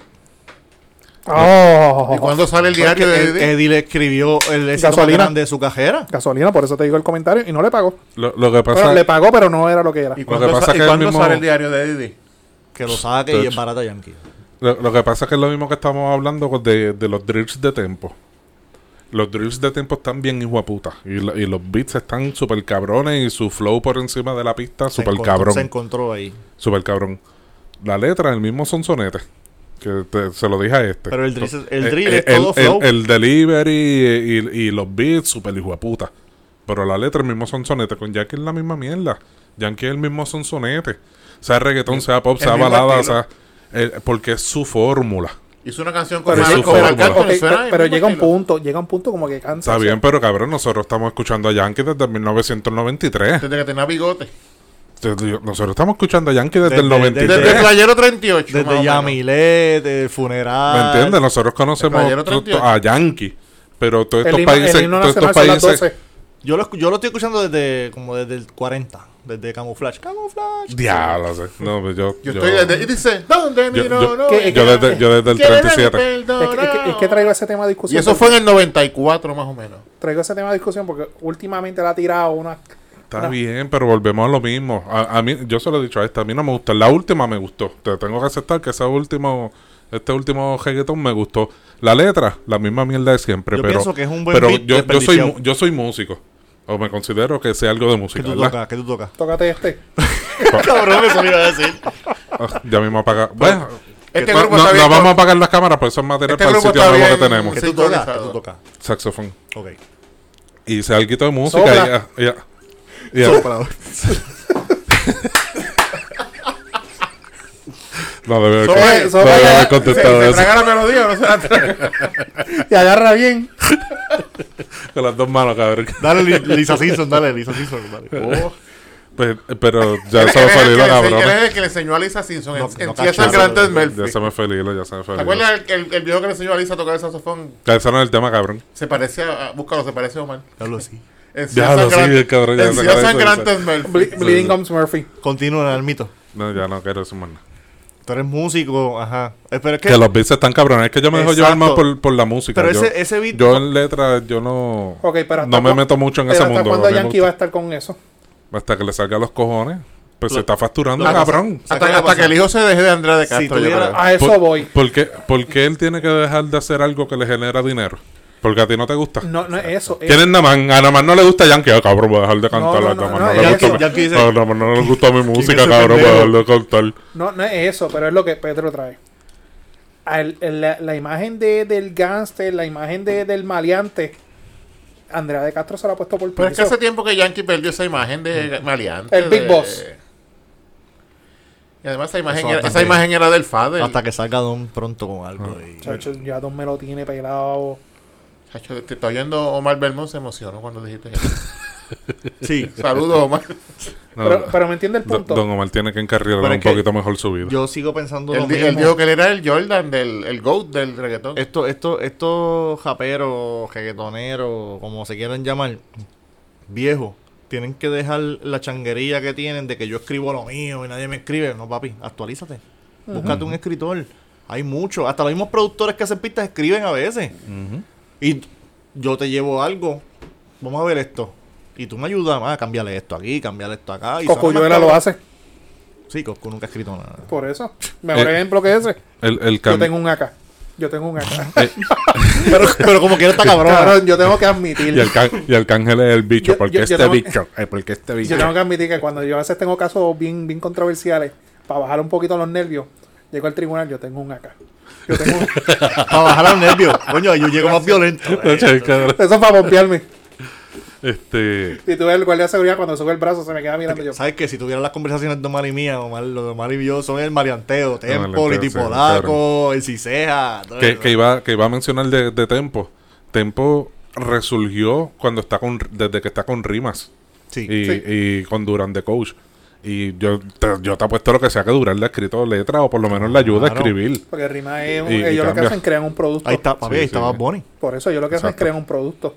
A: Oh,
D: ¿Y cuándo sale el
C: Porque
D: diario de
C: Pues Ed- Eddie le escribió el éxito más
A: Gasolina.
C: grande de su cajera.
A: gasolina, por eso te digo el comentario. Y no le pagó.
B: Lo, lo que
A: Bueno,
B: pasa
A: le pagó, pero no era lo que era.
D: ¿Y
B: Lo que
D: cuándo,
B: pasa
D: sa-
B: es
D: y
B: que él
D: cuándo
B: mismo-
D: sale el diario de Didi?
C: Que lo saque y
B: Touch.
C: es barata Yankee.
B: Lo, lo que pasa es que es lo mismo que estamos hablando con- de, de los drills de tempo. Los drills de tempo están bien hijuaputas. Y, lo- y los beats están súper cabrones y su flow por encima de la pista
C: Se
B: súper
C: encontró-
B: cabrón.
C: Se encontró ahí.
B: Súper cabrón. La letra, el mismo sonsonete. Que te- se lo dije a este.
C: Pero el drill, es- el
B: Eh,
C: drill
B: eh,
C: es todo
B: el-
C: flow.
B: el- el delivery y, y- y los beats, super hijo de puta. Pero la letra, el mismo sonsonete. Con Yankee es la misma mierda. Yankee es el mismo sonsonete. Sea reggaetón, sea pop,
D: el
B: sea
D: mismo
B: balada,
D: estilo.
B: sea. eh, porque es su fórmula.
D: Hizo una canción con
A: Pero
D: Mar-
B: sí,
D: con
B: pero-
D: Marc
B: pero-
D: Anthony,
A: Ok,
D: suena
A: pero
D: el
A: pero
D: mismo
A: llega un
D: estilo.
A: punto, llega un punto como que cansa.
B: pues. Está
A: o sea,
B: bien, pero cabrón, nosotros estamos escuchando a Yankee desde 1993.
D: Desde que tenía bigote.
B: Nosotros estamos escuchando a Yankee desde, el
C: Desde-
B: 93.
D: Desde el playero 38. más o
C: Desde
D: menos.
C: Yamilet, el funeral.
B: ¿Me entiendes? Nosotros conocemos
D: Playero
B: to- to-
D: 38.
B: a Yankee. Pero todos
A: el
B: estos
A: himno-
B: países.
A: el himno
B: todos estos
A: nacional son las
B: países
A: 12.
C: Yo lo, escu- yo lo estoy escuchando desde como desde el 40, desde Camuflaje. Camuflaje.
B: Diablo, sé. No, pues yo.
D: Yo estoy desde. Y dice, ¿dónde
B: yo-
D: mi no,
B: yo-
D: no?
A: ¿Qué-
B: yo desde, yo desde el
D: Quiere verme
B: 37.
A: Es que, es que- es que traigo ese tema de
D: Y
A: discusión.
D: eso fue en el 94, más o menos.
A: Traigo ese tema de discusión porque últimamente la ha tirado una.
B: Está
A: No.
B: bien, pero volvemos a lo mismo. A, a mí, yo se lo he dicho a esta, a mí no me gusta. La última me gustó. Te tengo que aceptar que ese último, este último reggaetón me gustó. La letra, la misma mierda de siempre.
C: Yo
B: pero
C: pienso que es un buen
B: pero
C: beat
B: yo, yo soy
C: desperdiciado.
B: mu- yo soy músico. O me considero que sé algo de
C: ¿Qué
B: música.
C: tú
B: ¿verdad?
C: tocas? ¿Qué tú tocas?
A: Tócate este.
B: Pues,
C: Cabrón, eso me iba a decir.
B: Ah, ya mismo apaga. Bueno,
D: Este
B: no,
D: grupo
B: no-
D: está bien.
B: no vamos a apagar las cámaras, pues eso es material
D: Este
B: para el
D: grupo
B: sitio
D: está
B: nuevo que
D: bien-
B: tenemos.
C: ¿Qué tú tocas? ¿Qué tú tocas?
B: Saxofón.
C: Ok.
B: Y sé algo de música. y
A: Sopla.
B: ya- ya- ya- No debe haber,
D: Sobre-
B: con-
A: sobre-
B: no debe haber
D: Se, se
B: contestado eso.
D: traga la melodía, no se la traga.
A: Te agarra bien.
B: Con las dos manos, cabrón.
C: Dale, Li- Lisa Simpson, dale, Lisa Simpson. Dale. Oh,
B: Pues, pero ya
D: Él
B: se me
D: es
B: fue el
D: el que
B: hilo,
D: le enseñó-
B: cabrón.
D: él es el que le enseñó a Lisa Simpson
C: No,
D: en, en
C: no
D: Tía
C: cachazo,
D: Sangrante en
C: no,
B: Ya
D: Murphy.
B: se me fue el hilo, ya se me fue
D: ¿Te
B: el hilo.
D: acuerdas el, el, el viejo que le enseñó a Lisa a tocar el saxofón?
B: Ya, Ese no es el tema, cabrón.
D: Se parecía, a, búscalo, se parece a Omar.
C: hablo así.
D: En
B: Ya lo sigue, cabrón, ya
D: en
B: se
D: Tía
B: acaba de
D: Sangrante en
A: Ble-
D: Murphy.
A: Bleeding Gums Murphy.
C: Continúa, Almito.
B: No, ya no quiero eso más nada.
C: Tú eres músico, ajá. Eh, Pero es que,
B: Que los beats están cabrones. Es que yo me dejo llevar más
C: Exacto.
B: por, por la música.
C: pero
B: yo,
C: ese, ese beat,
B: yo en letras, yo no.
A: Ok, pero hasta
B: no me
A: cu-
B: meto mucho en
A: pero
B: ese
A: hasta
B: mundo.
A: cuándo
B: a mí me
A: Yankee va a estar con eso?
B: gusta- Hasta que le salga los cojones. Pues se está facturando,
C: la cosa-
B: cabrón.
D: Hasta, hasta que el hijo se deje de Andrea de
C: Si
D: Castro. yo
C: tuviera-
D: creo.
A: A eso
B: Por-
A: voy.
B: ¿por qué, por qué él tiene que dejar de hacer algo que le genera dinero? Porque a ti no te gusta.
A: No, no es eso. es-
B: ¿Quién es Namán? A Namán no le gusta Yankee. Ah, cabrón, voy a dejar de cantar.
A: no, no,
B: A Namán
A: no,
B: no, le
A: Yankee-
B: gusta.
C: Yankee dice-
B: A Namán no le gusta mi música,
C: ese
B: cabrón, voy a
C: pendejo?
B: dejar de cantar.
A: No, no es eso, pero es lo que Pedro trae. Al- el- la, la imagen de, del gángster, la imagen de, del maleante, Andrea de Castro se la ha puesto por
D: Pero es que
A: piso.
D: hace tiempo que Yankee perdió esa imagen de maleante.
A: El Big
D: de-
A: Boss.
D: Y además esa imagen,
C: Eso
D: era,
C: hasta
D: esa
C: que-
D: imagen era del Fader.
C: hasta que salga Don pronto con algo. y-
A: Chacho, ya Don me lo tiene pelado.
D: Chacho, te está oyendo Omar Belmont, se emocionó cuando dijiste eso.
C: Sí.
D: Saludos, Omar.
B: No,
A: pero,
B: no.
A: pero me entiende el
B: Don,
A: punto.
B: Don Omar tiene que encarrilar
C: Pero es
B: un
C: que
B: poquito mejor su vida.
C: Yo sigo pensando lo
D: Él, di- él
C: mismo.
D: dijo que él era el Jordan, del, el GOAT del reggaetón.
C: Esto, esto, estos japeros, reggaetoneros, como se quieran llamar, viejos, tienen que dejar la changuería que tienen de que yo escribo lo mío y nadie me escribe. No, papi, actualízate. Búscate un escritor. Hay muchos. Hasta los mismos productores que hacen pistas escriben a veces.
B: Ujú.
C: Y yo te llevo algo. Vamos a ver esto. Y tú me ayudas ah, cambiarle esto aquí, cambiarle esto acá. Y suena
A: Cosculluela
C: más
A: lo
C: cabrón.
A: hace.
C: Sí, Coscu nunca ha escrito nada.
A: Por eso. Mejor
B: Eh,
A: ejemplo que ese.
B: El, el
A: Yo
B: cam- Eh,
A: tengo un AK. Yo tengo un AK.
C: pero, pero como quiera está cabrón.
A: Cabrón, yo tengo que
B: y,
A: admitir.
B: el can- y Arcángel es el bicho.
A: Yo-
B: porque
A: yo- yo
B: este
A: tengo-
B: bicho? Eh, porque este bicho?
A: Yo tengo que admitir que cuando yo a veces tengo casos bien, bien controversiales, para bajar un poquito los nervios, llego al tribunal, yo tengo un AK. Yo tengo un...
C: Para bajar los nervios. Coño, yo llego más violento.
B: No, che, este cabrón.
A: Eso es para bombearme.
B: Este.
A: Y tú ves el guardia de seguridad cuando sube el brazo, se me queda mirando yo.
C: ¿Sabes que Si tuviera las conversaciones de Omar y mía, Omar, lo de Omar y yo son el marianteo, Tempo,
B: marianteo,
C: Liti
B: sí,
C: Polaco, el Ciseja. todo
B: Que,
C: eso.
B: que iba, que iba a mencionar de, de Tempo. Tempo resurgió cuando está con desde que está con Rimas
C: Sí.
B: y,
A: Sí.
B: y con Durán de Coach. Y yo te, yo te apuesto lo que sea que Durán le ha escrito letra o por lo menos le ayuda a
C: Claro.
B: escribir.
A: Porque Rima es un-
B: Y- y
A: ellos lo que
B: cambia.
A: hacen crean un producto.
C: Ahí está, papi,
B: Sí,
C: ahí está
B: sí.
C: Bad Bunny.
A: Por eso ellos lo que hacen es
B: Exacto.
A: crean un producto.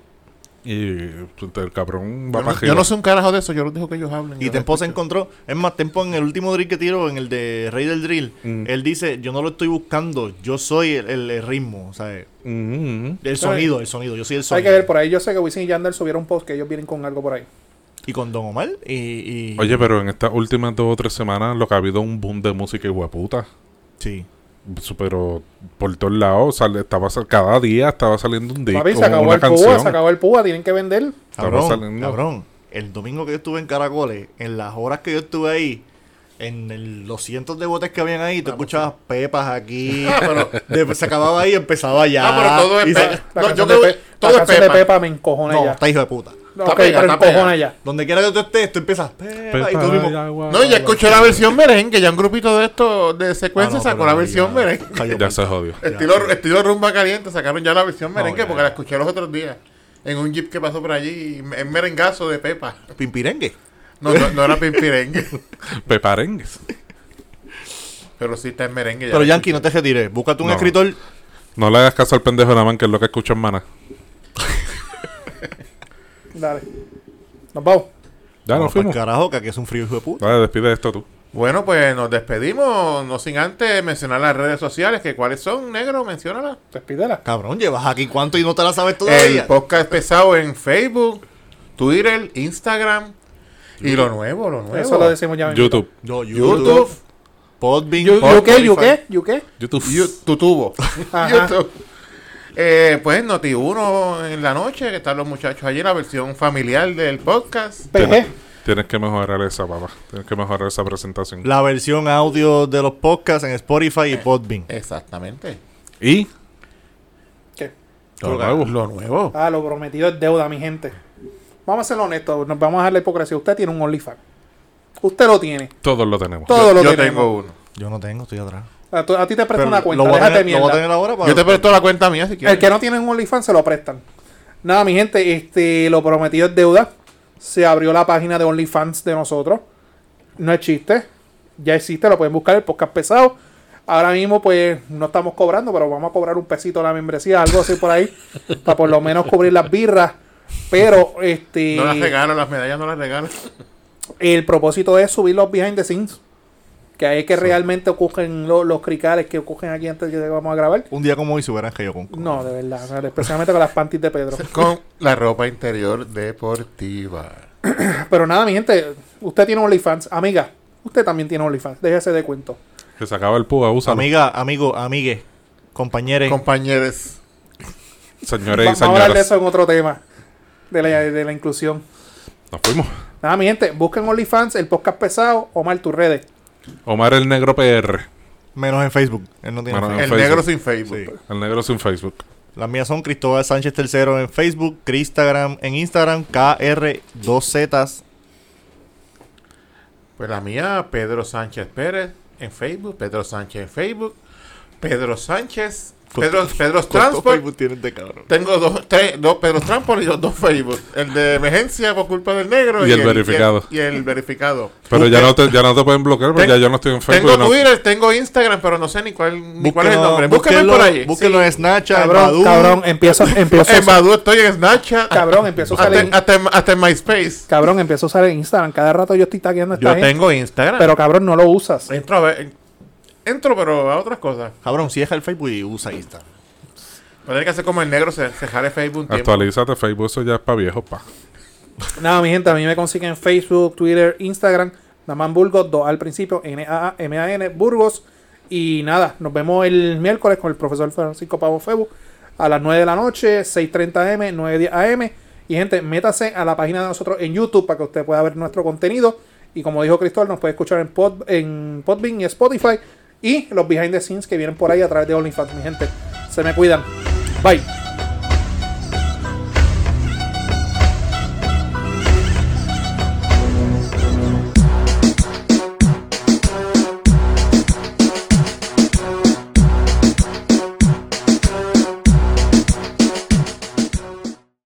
B: Y pues, el cabrón va
D: Yo
B: para
D: no,
B: arriba.
D: yo no sé un carajo de eso, yo les dejo que ellos hablen.
C: Y
D: Yo
C: Tempo
D: no
C: se
D: escucho.
C: encontró, es más, Tempo en el último drill que tiró, en el de Rey del Drill,
B: Mm.
C: él dice, yo no lo estoy buscando, yo soy el, el- el ritmo, o sea, el
B: Ujú.
C: sonido, el sonido, yo soy el
A: Hay que ver,
C: sonido.
A: por ahí yo sé que Wisin y Yandel subieron un post que ellos vienen con algo por ahí.
C: Y con Don Omar y... y-
B: Oye, pero en estas últimas dos o tres semanas lo que ha habido es un boom de música y hueputa.
C: Sí.
B: su- pero por todos lados, sale- estaba, sal- cada día estaba saliendo un disco,
A: Papi, se acabó
B: una
A: el púa, se
B: canción.
A: acabó el púa, tienen que
D: Eh,
A: vender.
B: Estaba
C: Cabrón,
B: saliendo.
C: cabrón. El domingo que yo estuve en Caracoles, en las horas que yo estuve ahí, en el- los cientos de botes que habían ahí, tú escuchabas pepas aquí.
D: pero-
C: después se acababa ahí y empezaba ya.
D: Ah, pero todo es
C: y
D: pe-
C: sa-
A: La
D: No,
A: canción
D: yo
A: de
D: creo-
A: Pe-
D: todo
A: la
D: es
A: canción
D: Pepa.
A: de Pepa me encojona
C: No,
A: ya.
C: está hijo de puta.
A: No,
D: Está
A: ok,
D: pega,
A: pero
D: está pega.
A: encojona ya.
C: Donde quiera que tú estés, tú empiezas pepa y tú mismo. Ah,
B: Pepa, agua,
D: No, ya escuchó la versión merengue, ya un grupito de estos de secuencia
C: Ah,
D: sacó Pues, la versión merengue.
B: Ya se jodió.
D: Estilo, estilo rumba caliente, sacaron ya la versión merengue
C: ya,
D: porque
C: ya.
D: la escuché los otros días. En un jeep que pasó por allí, en merengazo de Pepa.
C: Pimpirengue.
D: No, no, no era pimpirengue,
B: Peparengues.
D: pero sí está en merengue.
C: Pero
D: la
C: Yankee, no te retires. Búscate un
B: No.
C: escritor.
B: No le hagas caso al pendejo de la man, que es lo que escucho en mana.
A: Dale. Nos vamos.
B: Ya nos
C: Vamos pa'l
B: fuimos.
C: pues, carajo, que aquí es un frío hijo de puta.
B: Dale, despide esto tú.
D: Bueno, pues nos despedimos, no sin antes mencionar las redes sociales, que cuáles son, negro, menciónalas.
A: Despídela.
C: Cabrón, llevas aquí cuánto y no te la sabes
D: El
C: todavía.
D: podcast pesado en Facebook, Twitter, Instagram y lo nuevo, lo nuevo.
A: Eso lo decimos ya. mismo.
B: YouTube.
C: Yo,
D: YouTube,
C: Podbean,
A: Yu-
D: Por
A: ¿Yuke? ¿Yuke?
D: Spotify.
A: ¿Yuke?
B: YouTube.
D: Yu- tu tubo.
A: Ajá.
D: YouTube. Eh, pues Noti1 en la noche, que están los muchachos allí, la versión familiar del podcast.
A: PG.
B: Tienes que mejorar esa, papá. Tienes que mejorar esa presentación.
C: la versión audio de los podcasts en Spotify y Podbean.
D: Exactamente.
B: Y
A: ¿Qué?
B: lo nuevo.
D: Lo nuevo.
A: Ah, lo prometido es deuda, mi gente. Vamos a ser honestos, nos vamos a dejar la hipocresía. Usted tiene un OnlyFans. Usted lo tiene.
B: todos lo tenemos.
A: Todo lo
D: Yo
A: tenemos.
D: tengo uno.
C: Yo no tengo, estoy atrás.
A: A, tu- a ti te prestan
C: Pero
A: una cuenta,
C: lo, voy a
A: déjate
C: tener, lo voy a
A: mierda.
C: tener ahora para...
D: Yo te presto la cuenta mía si quieres.
A: El que no tiene un OnlyFans se lo prestan. Nada, mi gente, este, lo prometido es deuda. Se abrió la página de OnlyFans de nosotros. No es chiste. Ya existe, lo pueden buscar el podcast pesado. Ahora mismo, pues, no estamos cobrando, pero vamos a cobrar un pesito la membresía, algo así por ahí, para por lo menos cubrir las birras. Pero, este.
D: No las regalo, las medallas no las regalo.
A: El propósito es subir los behind the scenes. Que ahí es que realmente ocurren lo- los cricales que ocurren aquí antes de que vamos a grabar.
C: Un día como hoy se hubieran que yo con...
A: No, de verdad. no, Especialmente con las panties de Pedro.
D: Con la ropa interior deportiva.
A: Pero nada, mi gente. Usted tiene OnlyFans. Amiga, usted también tiene OnlyFans. Déjese de cuento.
B: Que se acaba el púa, úsalo.
C: Amiga, amigo, amigue, compañeros.
D: Compañeros.
B: Señores y
A: Vamos a hablar de
B: señoras.
A: eso en otro tema. De la, de la inclusión.
B: Nos fuimos.
A: Nada, mi gente. Busquen OnlyFans, el podcast pesado o mal tus redes.
B: Omar el Negro PR.
C: menos en Facebook. Él no tiene
B: Menos en
C: Facebook.
D: El
B: Facebook.
D: negro sin Facebook.
C: Sí.
B: El Negro sin Facebook.
C: Las mías son Cristóbal Sánchez III en Facebook, Cristagram en Instagram, KR2Z.
D: Pues la mía, Pedro Sánchez Pérez en Facebook, Pedro Sánchez en Facebook, Pedro Sánchez, Pedro, Pedro Transport.
C: Facebook tienes de cabrón?
D: Tengo dos, tres, dos Pedro Transport y los dos Facebook. El de emergencia por culpa del negro
B: Y el verificado.
D: Y el, verificado.
B: Pero ya no, te, ya no te pueden bloquear porque ya
D: Ten-
B: yo no estoy en Facebook.
D: Tengo
B: no-
D: Twitter, tengo Instagram, pero no sé ni cuál, ni cuál es el nombre. Búsquenme
C: Búsquenlo,
D: por ahí.
C: Búsquenlo en Snapchat, en
A: Cabrón,
C: Badoo.
A: cabrón, empiezo, empiezo,
D: Sí. En Badoo estoy en Snapchat.
A: cabrón, empiezo a usar
D: hasta,
A: en-
D: hasta en- hasta en MySpace.
A: cabrón, empiezo a usar en Instagram. Cada rato yo estoy tagueando a esta
D: Yo
A: gente.
D: tengo Instagram.
A: Pero cabrón, no lo usas.
D: entro a ver. Entro, pero a otras cosas.
C: Cabrón, si deja el Facebook y usa Instagram.
D: Pero hay que hacer como el negro, se, se jale Facebook un tiempo.
B: Actualízate Facebook, eso ya es para viejos, pa.
A: Nada, mi gente, a mí me consiguen en Facebook, Twitter, Instagram, Naman Burgos, 2 al principio, N-A-M-A-N, Burgos. Y nada, nos vemos el miércoles con el profesor Francisco Pavo Febu a las 9 de la noche, 6.30 am, 9.10 am. Y gente, métase a la página de nosotros en YouTube para que usted pueda ver nuestro contenido. Y como dijo Cristóbal, nos puede escuchar en, Pod, en Podbean y Spotify. Y los behind the scenes que vienen por ahí a través de OnlyFans, mi gente. Se me cuidan. Bye.